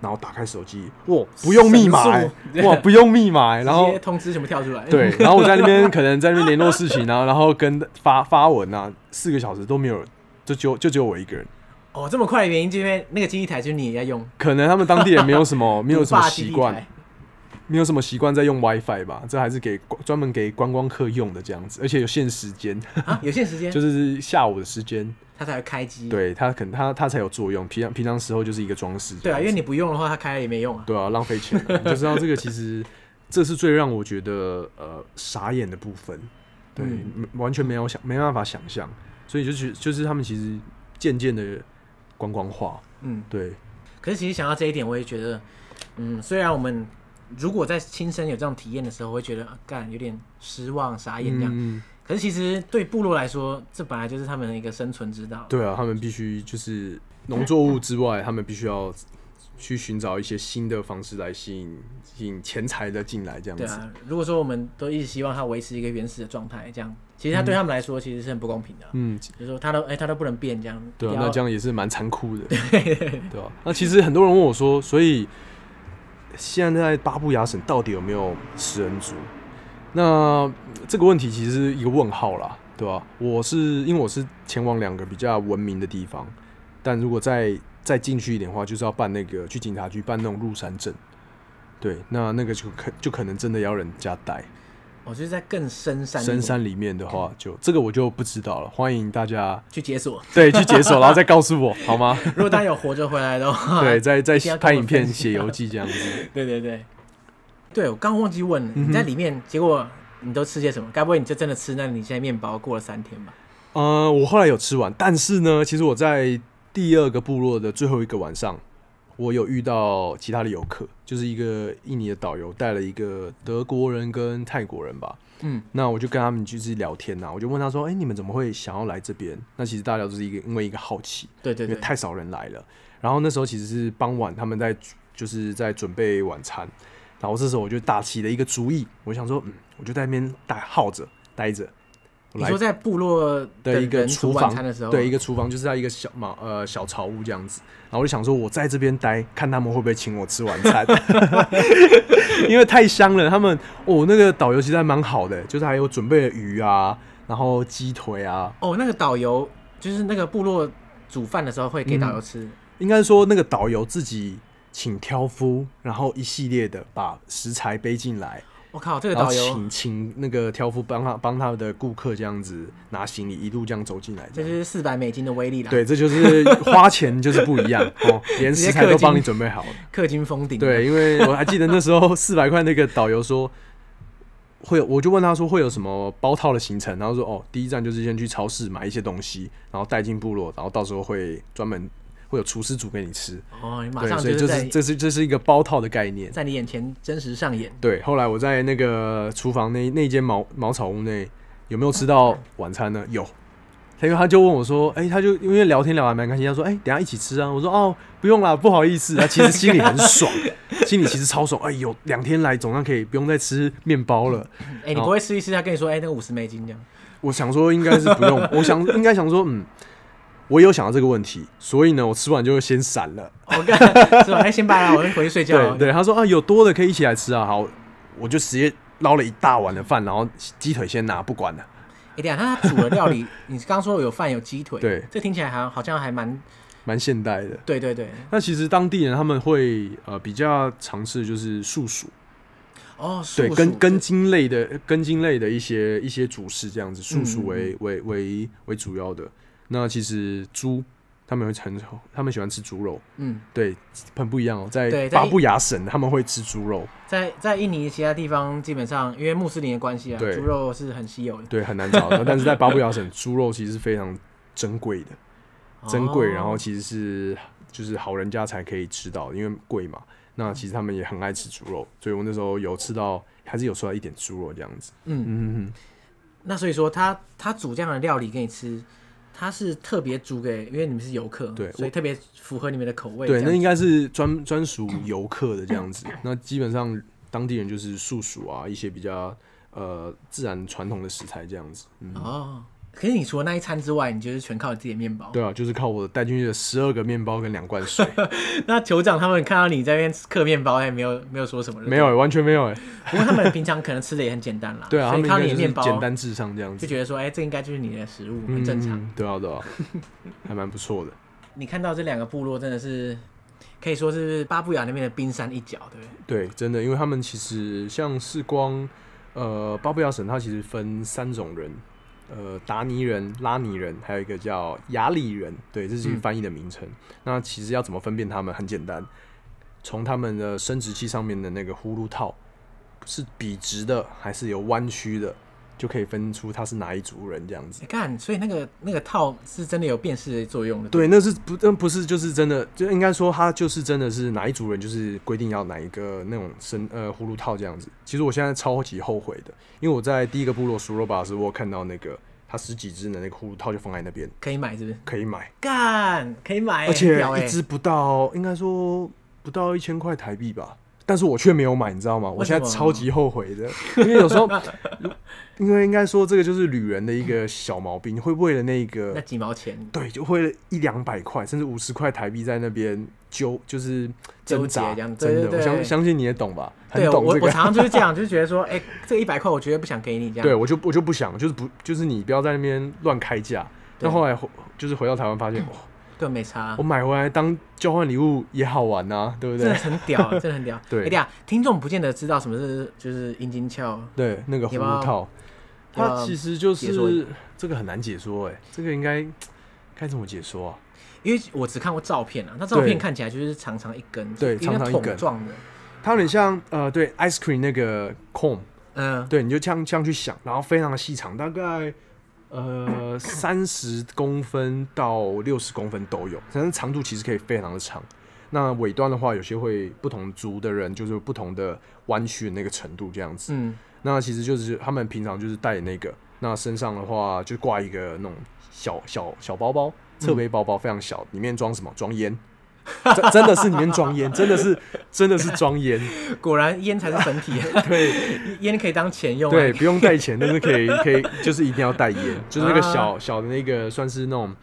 [SPEAKER 2] 然后打开手机，哇，不用密码、
[SPEAKER 1] 神
[SPEAKER 2] 欸，哇，不用密码、欸，然
[SPEAKER 1] 直
[SPEAKER 2] 后
[SPEAKER 1] 接通知什么跳出来？
[SPEAKER 2] 对，然后我在那边可能在那边联络事情啊，然后跟发发文啊，四个小时都没有，就只有就只有我一个人，
[SPEAKER 1] 哦，这么快的原因，就因为那个基地台就是你也在用，
[SPEAKER 2] 可能他们当地人没有 什么没有什么
[SPEAKER 1] 独霸基
[SPEAKER 2] 习
[SPEAKER 1] 地
[SPEAKER 2] 惯
[SPEAKER 1] 台，。
[SPEAKER 2] 没有什么习惯在用 WiFi 吧，这还是给专门给观光客用的这样子，而且有限 时间，
[SPEAKER 1] 啊，有限时间
[SPEAKER 2] 就是下午的时间，
[SPEAKER 1] 它才会开机。
[SPEAKER 2] 对它可能它它才有作用，平常平常时候就是一个装饰这
[SPEAKER 1] 对啊，
[SPEAKER 2] 样子。
[SPEAKER 1] 因为你不用的话，它开了也没用啊。
[SPEAKER 2] 对啊，浪费钱 啊、你就知道这个其实这是最让我觉得呃傻眼的部分，对，
[SPEAKER 1] 嗯
[SPEAKER 2] 没完全没有想没办法想象，所以就是就是他们其实渐渐的观光化，
[SPEAKER 1] 嗯，
[SPEAKER 2] 对，
[SPEAKER 1] 可是其实想到这一点，我也觉得，嗯，虽然我们如果在亲身有这种体验的时候，我会觉得啊干、有点失望、傻眼这样。
[SPEAKER 2] 嗯，
[SPEAKER 1] 可是其实对部落来说，这本来就是他们的一个生存之道。
[SPEAKER 2] 对啊，他们必须就是农作物之外，他们必须要去寻找一些新的方式来吸引吸引钱财的进来，这样
[SPEAKER 1] 对
[SPEAKER 2] 子。
[SPEAKER 1] 啊，如果说我们都一直希望它维持一个原始的状态，这样其实它对他们来说其实是很不公平的啊。
[SPEAKER 2] 嗯，
[SPEAKER 1] 就是说它都哎它都不能变这样。
[SPEAKER 2] 对啊，
[SPEAKER 1] 要
[SPEAKER 2] 那这样也是蛮残酷的， 对啊，那其实很多人问我说，所以现在巴布亚省到底有没有食人族？那呃这个问题其实是一个问号啦，对吧、我是因为我是前往两个比较文明的地方，但如果再再进去一点的话，就是要办那个去警察局办那种入山证。对，那那个就可就可能真的要人家带，
[SPEAKER 1] 我就是在更深山里面
[SPEAKER 2] 深山里面的话就，这个我就不知道了。欢迎大家
[SPEAKER 1] 去解锁。
[SPEAKER 2] 对去解锁，然后再告诉我好吗？
[SPEAKER 1] 如果大家有活着回来的话，
[SPEAKER 2] 对，再再
[SPEAKER 1] 一啊定要跟
[SPEAKER 2] 拍
[SPEAKER 1] 我
[SPEAKER 2] 影片、
[SPEAKER 1] 分享
[SPEAKER 2] 写游记这样子。
[SPEAKER 1] 对对对，对我刚忘记问
[SPEAKER 2] 嗯
[SPEAKER 1] 了，你在里面，结果你都吃些什么？该不会你就真的吃那你现在面包过了三天吧？
[SPEAKER 2] 呃，我后来有吃完，但是呢，其实我在第二个部落的最后一个晚上，我有遇到其他的游客，就是一个印尼的导游带了一个德国人跟泰国人吧。
[SPEAKER 1] 嗯，
[SPEAKER 2] 那我就跟他们就是聊天呐、我就问他说：“哎、你们怎么会想要来这边？”那其实大家都是一个因为一个好奇，
[SPEAKER 1] 对对
[SPEAKER 2] 因为
[SPEAKER 1] 对，
[SPEAKER 2] 太少人来了。然后那时候其实是傍晚，他们在就是在准备晚餐。然后这时候我就打起了一个主意，我想说，嗯，我就在那边待耗着待着。我
[SPEAKER 1] 你
[SPEAKER 2] 来
[SPEAKER 1] 说在部落
[SPEAKER 2] 的一
[SPEAKER 1] 人
[SPEAKER 2] 个
[SPEAKER 1] 煮
[SPEAKER 2] 厨
[SPEAKER 1] 晚
[SPEAKER 2] 房
[SPEAKER 1] 餐的时候，啊
[SPEAKER 2] 对，一个厨房就是在一个小茅呃小草屋这样子。然后我就想说，我在这边待，看他们会不会请我吃 晚餐， 因为太香了。他们哦，那个导游其实还蛮好的，就是还有准备了鱼啊，然后鸡腿啊。
[SPEAKER 1] 哦，那个导游就是那个部落煮饭的时候会给
[SPEAKER 2] 嗯
[SPEAKER 1] 导游吃，
[SPEAKER 2] 应该说那个导游自己请挑夫，然后一系列的把食材背进来，
[SPEAKER 1] 我靠，这个
[SPEAKER 2] 然后
[SPEAKER 1] 导游
[SPEAKER 2] 请请那个挑夫帮他帮他的顾客这样子拿行李一路这样走进来，这
[SPEAKER 1] 这
[SPEAKER 2] 样
[SPEAKER 1] 就是四百美金的威力啦，
[SPEAKER 2] 对，这就是花钱就是不一 样哦，连
[SPEAKER 1] 直接
[SPEAKER 2] 食材
[SPEAKER 1] 氪
[SPEAKER 2] 都
[SPEAKER 1] 金
[SPEAKER 2] 帮你准备好了。
[SPEAKER 1] 氪金封顶。，
[SPEAKER 2] 对，因为我还记得那 时候四百块那个导游说会有，我就问他说会有什么包套的行程，然后说哦，第一站就是先去超市买一些东西，然后带进部落，然后到时候会专门会有厨师煮给你吃。
[SPEAKER 1] 哦，你马
[SPEAKER 2] 对，
[SPEAKER 1] 上
[SPEAKER 2] 所以
[SPEAKER 1] 就是
[SPEAKER 2] 这
[SPEAKER 1] 在
[SPEAKER 2] 是这是这是一个包套的概念。
[SPEAKER 1] 在你眼前真实上演。
[SPEAKER 2] 对，后来我在那个厨房那那间茅茅草屋内有没有吃到晚餐呢？有，他因为他就问我说，哎、他就因为聊天聊得还蛮开心，他说，哎、等一下一起吃啊。我说，哦，不用啦，不好意思。他其实心里很爽，心里其实超爽，哎、有两天来总算可以不用再吃面包了。
[SPEAKER 1] 哎、你不会吃一吃，他跟你说，哎、那个五十美金这样，
[SPEAKER 2] 我想说应该是不用，我想应该想说，嗯，我有想到这个问题，所以呢，我吃完就先闪了。
[SPEAKER 1] 我干，是吧？哎、先拜了，我回去睡觉
[SPEAKER 2] 对
[SPEAKER 1] 了。
[SPEAKER 2] 对，他说啊，有多的可以一起来吃啊。好，我就直接捞了一大碗的饭，然后鸡腿先拿，不管了。
[SPEAKER 1] 哎、等一下，那他煮的料理，你刚说有饭有鸡腿，
[SPEAKER 2] 对
[SPEAKER 1] 这听起来好像好像还蛮，
[SPEAKER 2] 蛮现代的。
[SPEAKER 1] 对对对，
[SPEAKER 2] 那其实当地人他们会呃比较尝试就是素薯，
[SPEAKER 1] 哦，素
[SPEAKER 2] 对，
[SPEAKER 1] 薯
[SPEAKER 2] 根根茎类的根茎类的一些一些主食这样子，素
[SPEAKER 1] 嗯嗯
[SPEAKER 2] 薯为、为为为主要的。那其实猪他们会很他们喜欢吃猪肉，
[SPEAKER 1] 嗯，
[SPEAKER 2] 对，很不一样哦，在
[SPEAKER 1] 对在
[SPEAKER 2] 巴布亚省他们会吃猪肉，
[SPEAKER 1] 在在印尼其他地方基本上因为穆斯林的关系啊，
[SPEAKER 2] 对
[SPEAKER 1] 猪肉是很稀有的，
[SPEAKER 2] 对，很难找到，但是在巴布亚省猪肉其实是非常珍贵的，珍贵，
[SPEAKER 1] 哦
[SPEAKER 2] 然后其实是就是好人家才可以吃到，因为贵嘛。那其实他们也很爱吃猪肉，所以我那时候有吃到，还是有吃到一点猪肉这样子。
[SPEAKER 1] 嗯
[SPEAKER 2] 嗯嗯
[SPEAKER 1] 那所以说他他煮这样的料理给你吃，他是特别煮给，因为你们是游客，
[SPEAKER 2] 对
[SPEAKER 1] 所以
[SPEAKER 2] 我
[SPEAKER 1] 特别符合你们的口味，
[SPEAKER 2] 嗯，对，
[SPEAKER 1] 这
[SPEAKER 2] 那
[SPEAKER 1] 样
[SPEAKER 2] 应该是专专属游客的这样子。那基本上当地人就是素薯啊，一些比较呃自然传统的食材这样子。嗯，
[SPEAKER 1] 哦。可是你除了那一餐之外，你就是全靠你自己的面包。
[SPEAKER 2] 对啊，就是靠我带进去的十二个面包跟两罐 水，
[SPEAKER 1] 那酋长他们看到你在那边嗑面包，也没有没有说什么，
[SPEAKER 2] 没有、欸、完全没有哎、
[SPEAKER 1] 不过他们平常可能吃的也很简单啦，
[SPEAKER 2] 对啊，他
[SPEAKER 1] 所以
[SPEAKER 2] 们
[SPEAKER 1] 看
[SPEAKER 2] 应
[SPEAKER 1] 到你
[SPEAKER 2] 该就
[SPEAKER 1] 的
[SPEAKER 2] 是
[SPEAKER 1] 面包
[SPEAKER 2] 简单至上这样
[SPEAKER 1] 就
[SPEAKER 2] 子，
[SPEAKER 1] 觉得说，哎、这应该就是你的食物，很正常。
[SPEAKER 2] 嗯对啊对 啊，还蛮不错的。
[SPEAKER 1] 你看到这两个部落真的是可以说是巴布亚那边的冰山一角，对不对？
[SPEAKER 2] 对，真的，因为他们其实像是光，呃，巴布亚省它其实分三种人，呃，达尼人、拉尼人，还有一个叫雅里人，对，这是一个
[SPEAKER 1] 嗯
[SPEAKER 2] 翻译的名称。那其实要怎么分辨他们？很简单，从他们的生殖器上面的那个呼噜套是笔直的还是有弯曲的，就可以分出他是哪一族人这样子
[SPEAKER 1] 你。看，所以那个那个套是真的有辨识作用的。
[SPEAKER 2] 对，那是不，那不是就是真的，就应该说他就是真的是哪一族人，就是规定要哪一个那种生呃葫芦套这样子。其实我现在超级后悔的，因为我在第一个部落苏罗巴的时候，我有看到那个他十几只的那个葫芦套就放在那边
[SPEAKER 1] 可以买是不是？
[SPEAKER 2] 可以买，
[SPEAKER 1] 干，可以买欸、
[SPEAKER 2] 而且
[SPEAKER 1] 很屌欸
[SPEAKER 2] 一只不到，应该说不到一千块台币吧。但是我却没有买，你知道吗？我
[SPEAKER 1] 为什
[SPEAKER 2] 现
[SPEAKER 1] 么
[SPEAKER 2] 在超级后悔的，因为有时候， 因为应该说这个就是旅人的一个小毛病，会为了那个
[SPEAKER 1] 哎那几毛钱，
[SPEAKER 2] 对，就会一两百块，甚至五十块台币在那边纠，就是
[SPEAKER 1] 纠
[SPEAKER 2] 挣
[SPEAKER 1] 结
[SPEAKER 2] 扎
[SPEAKER 1] 这样
[SPEAKER 2] 真
[SPEAKER 1] 对
[SPEAKER 2] 的，
[SPEAKER 1] 对对
[SPEAKER 2] 我相相信你也懂吧？很
[SPEAKER 1] 对我
[SPEAKER 2] 懂
[SPEAKER 1] 我
[SPEAKER 2] 这
[SPEAKER 1] 我
[SPEAKER 2] 个。
[SPEAKER 1] 常常就是这样，就是觉得说， 哎、这一百块我绝对不想给你这样。
[SPEAKER 2] 对，我就我就不想，就是不，就是你不要在那边乱开价。但
[SPEAKER 1] 对嗯
[SPEAKER 2] 后来回就是回到台湾，发现、哦
[SPEAKER 1] 更没差
[SPEAKER 2] 我，买回来当交换礼物也好玩呐、对不
[SPEAKER 1] 真的
[SPEAKER 2] 对？
[SPEAKER 1] 很 屌，真的很屌。
[SPEAKER 2] 对
[SPEAKER 1] 哎、呀，听众不见得知道什么是就是阴茎鞘，
[SPEAKER 2] 对，那个葫
[SPEAKER 1] 要不要
[SPEAKER 2] 芦套，
[SPEAKER 1] 要不
[SPEAKER 2] 它
[SPEAKER 1] 要
[SPEAKER 2] 其实就
[SPEAKER 1] 解说一
[SPEAKER 2] 是这个很难解说哎、这个应该该怎么解说啊？
[SPEAKER 1] 因为我只看过照片啊，那照
[SPEAKER 2] 对
[SPEAKER 1] 片看起来就是长长一根，
[SPEAKER 2] 对
[SPEAKER 1] 有点
[SPEAKER 2] 长长一
[SPEAKER 1] 桶
[SPEAKER 2] 根
[SPEAKER 1] 状的，
[SPEAKER 2] 它有点像呃，对，ice cream 那个 cone，
[SPEAKER 1] 嗯，
[SPEAKER 2] 对，你就这样这样去想，然后非常的细长，大概呃三十公分到六十公分都有，但是长度其实可以非常的长。那尾端的话，有些会不同族的人就是有不同的弯曲的那个程度这样子。
[SPEAKER 1] 嗯，
[SPEAKER 2] 那其实就是他们平常就是带那个，那身上的话就挂一个那种小小小包包，侧背包包非常小，里面装什么？装烟。 真真的是里面装烟，真的是真的是装烟，
[SPEAKER 1] 果然烟才是本体， 对， 烟可以当钱用、啊，
[SPEAKER 2] 对，，不用带钱，但是可以可以，就是一定要带烟，就是那个小小的那个算是那种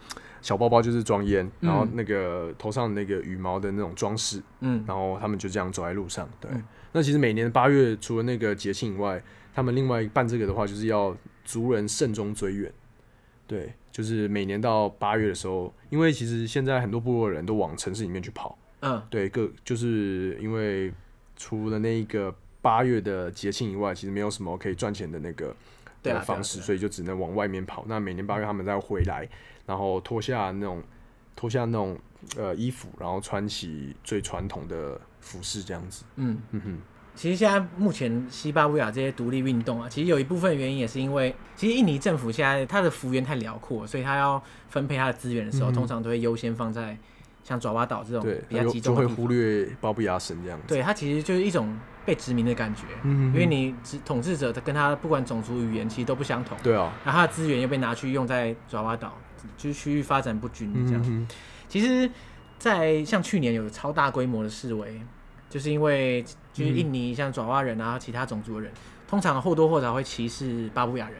[SPEAKER 2] 小包包，就是装烟，然后那个头上那个羽毛的那种装饰，
[SPEAKER 1] 嗯，
[SPEAKER 2] 然后他们就这样走在路上。对，那其实每年八月除了那个节庆以外，他们另外办这个的话，就是要族人慎终追远。对，就是每年到八月的时候，因为其实现在很多部落人都往城市里面去跑，
[SPEAKER 1] 嗯，
[SPEAKER 2] 对，各就是因为除了那一个八月的节庆以外，其实没有什么可以赚钱的那个
[SPEAKER 1] 对
[SPEAKER 2] 呃
[SPEAKER 1] 啊
[SPEAKER 2] 方式，
[SPEAKER 1] 对啊对啊
[SPEAKER 2] 所以就只能往外面跑。那每年八月他们再回来，然后脱下那种脱下那种呃衣服，然后穿起最传统的服饰这样子。
[SPEAKER 1] 嗯。
[SPEAKER 2] 嗯哼，
[SPEAKER 1] 其实现在目前西巴维亚这些独立运动啊，其实有一部分原因也是因为，其实印尼政府现在它的幅员太辽阔，所以它要分配它的资源的时候，
[SPEAKER 2] 嗯
[SPEAKER 1] 通常都会优先放在像爪哇岛这种
[SPEAKER 2] 对，
[SPEAKER 1] 比较
[SPEAKER 2] 就
[SPEAKER 1] 集
[SPEAKER 2] 就
[SPEAKER 1] 中的
[SPEAKER 2] 会
[SPEAKER 1] 地方。
[SPEAKER 2] 忽略包布亚神这样子。
[SPEAKER 1] 对，它其实就是一种被殖民的感觉，
[SPEAKER 2] 嗯哼哼
[SPEAKER 1] 因为你殖统治者他跟他不管种族、语言，其实都不相同，
[SPEAKER 2] 对啊，
[SPEAKER 1] 然后他的资源又被拿去用在爪哇岛，就是区域发展不均
[SPEAKER 2] 嗯
[SPEAKER 1] 这样
[SPEAKER 2] 哼。哼，
[SPEAKER 1] 其实，在像去年有超大规模的示威，就是因为
[SPEAKER 2] 嗯
[SPEAKER 1] 就是印尼像爪哇人啊，其他种族的人，通常或多或少会歧视巴布亚人。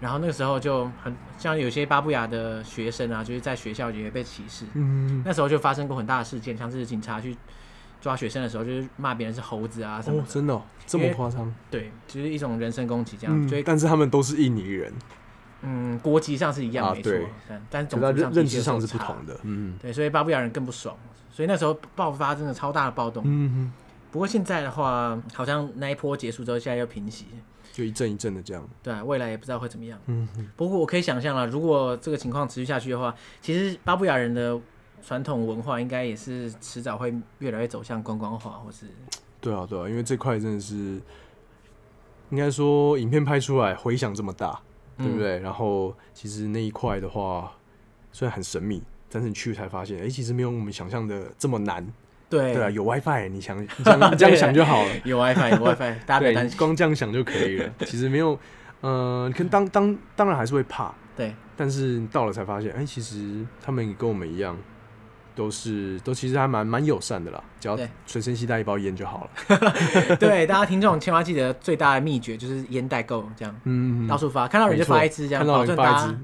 [SPEAKER 1] 然后那个时候就很像有些巴布亚的学生啊，就是在学校也被歧视。
[SPEAKER 2] 嗯哼
[SPEAKER 1] 那时候就发生过很大的事件，像是警察去抓学生的时候，就是骂别人是猴子啊什
[SPEAKER 2] 哼，
[SPEAKER 1] 么
[SPEAKER 2] 哦，
[SPEAKER 1] 的。
[SPEAKER 2] 真的、哦、这
[SPEAKER 1] 因
[SPEAKER 2] 么
[SPEAKER 1] 为
[SPEAKER 2] 夸张？
[SPEAKER 1] 对，就是一种人身攻击这样。
[SPEAKER 2] 嗯
[SPEAKER 1] 所以，
[SPEAKER 2] 但是他们都是印尼人，
[SPEAKER 1] 嗯，国籍上是一样、
[SPEAKER 2] 啊
[SPEAKER 1] 没错
[SPEAKER 2] 对，
[SPEAKER 1] 但但
[SPEAKER 2] 可
[SPEAKER 1] 种
[SPEAKER 2] 是他
[SPEAKER 1] 族
[SPEAKER 2] 认
[SPEAKER 1] 上
[SPEAKER 2] 认
[SPEAKER 1] 的确
[SPEAKER 2] 知上
[SPEAKER 1] 有
[SPEAKER 2] 是不
[SPEAKER 1] 差
[SPEAKER 2] 同的。嗯
[SPEAKER 1] 对，所以巴布亚人更不爽，所以那时候爆发真的超大的暴动。
[SPEAKER 2] 嗯
[SPEAKER 1] 不过现在的话，好像那一波结束之后，现在又平息，
[SPEAKER 2] 哼，就一阵一阵的这样。
[SPEAKER 1] 对啊、未来也不知道会怎么样。
[SPEAKER 2] 嗯
[SPEAKER 1] 不过我可以想象了，如果这个情况持续下去的话，其实巴布亚人的传统文化应该也是迟早会越来越走向观光化，或是
[SPEAKER 2] 对啊，对啊，因为这块真的是，应该说影片拍出来回响这么大，对不对？然后其实那一块的话，虽然很神秘，但是你去才发现，哎、其实没有我们想象的这么难。
[SPEAKER 1] 对
[SPEAKER 2] 对啊，有 WiFi，你想你这样 你这样想就好了。
[SPEAKER 1] 有 WiFi 有 WiFi，大家别
[SPEAKER 2] 对，
[SPEAKER 1] 担
[SPEAKER 2] 你
[SPEAKER 1] 心。
[SPEAKER 2] 光这样想就可以 了。其实没有，呃，可能当当当然还是会怕，
[SPEAKER 1] 对，
[SPEAKER 2] 但是到了才发现，哎、其实他们也跟我们一样。都是都其实还蛮蛮友善的啦，只要
[SPEAKER 1] 对
[SPEAKER 2] 随身携带一包烟就好了。
[SPEAKER 1] 对，大家听众千万记得最大的秘诀就是烟代购，这样
[SPEAKER 2] 嗯，嗯嗯
[SPEAKER 1] 到处发，看到人就
[SPEAKER 2] 没错
[SPEAKER 1] 发一支，这样
[SPEAKER 2] 看到
[SPEAKER 1] 保
[SPEAKER 2] 人
[SPEAKER 1] 证
[SPEAKER 2] 发一
[SPEAKER 1] 大家
[SPEAKER 2] 支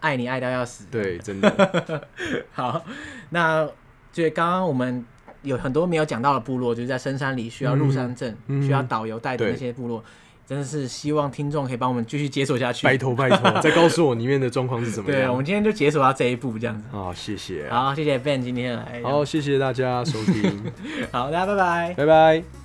[SPEAKER 1] 爱你爱到要死。
[SPEAKER 2] 对，真 的，
[SPEAKER 1] 好，那就是刚刚我们有很多没有讲到的部落，就是在深山里需要入山证、
[SPEAKER 2] 嗯嗯
[SPEAKER 1] 需要导游带的
[SPEAKER 2] 对
[SPEAKER 1] 那些部落，真的是希望听众可以帮我们继续解锁下去
[SPEAKER 2] 拜。托 拜托，再告诉我里面的状况是怎么
[SPEAKER 1] 对，啊
[SPEAKER 2] 样。
[SPEAKER 1] 我们今天就解锁到这一步这样子。
[SPEAKER 2] 啊，谢谢，
[SPEAKER 1] 哎好，谢谢 Ben 今天来。
[SPEAKER 2] 好，谢谢大家收听，
[SPEAKER 1] 好，大家拜拜。
[SPEAKER 2] 拜拜。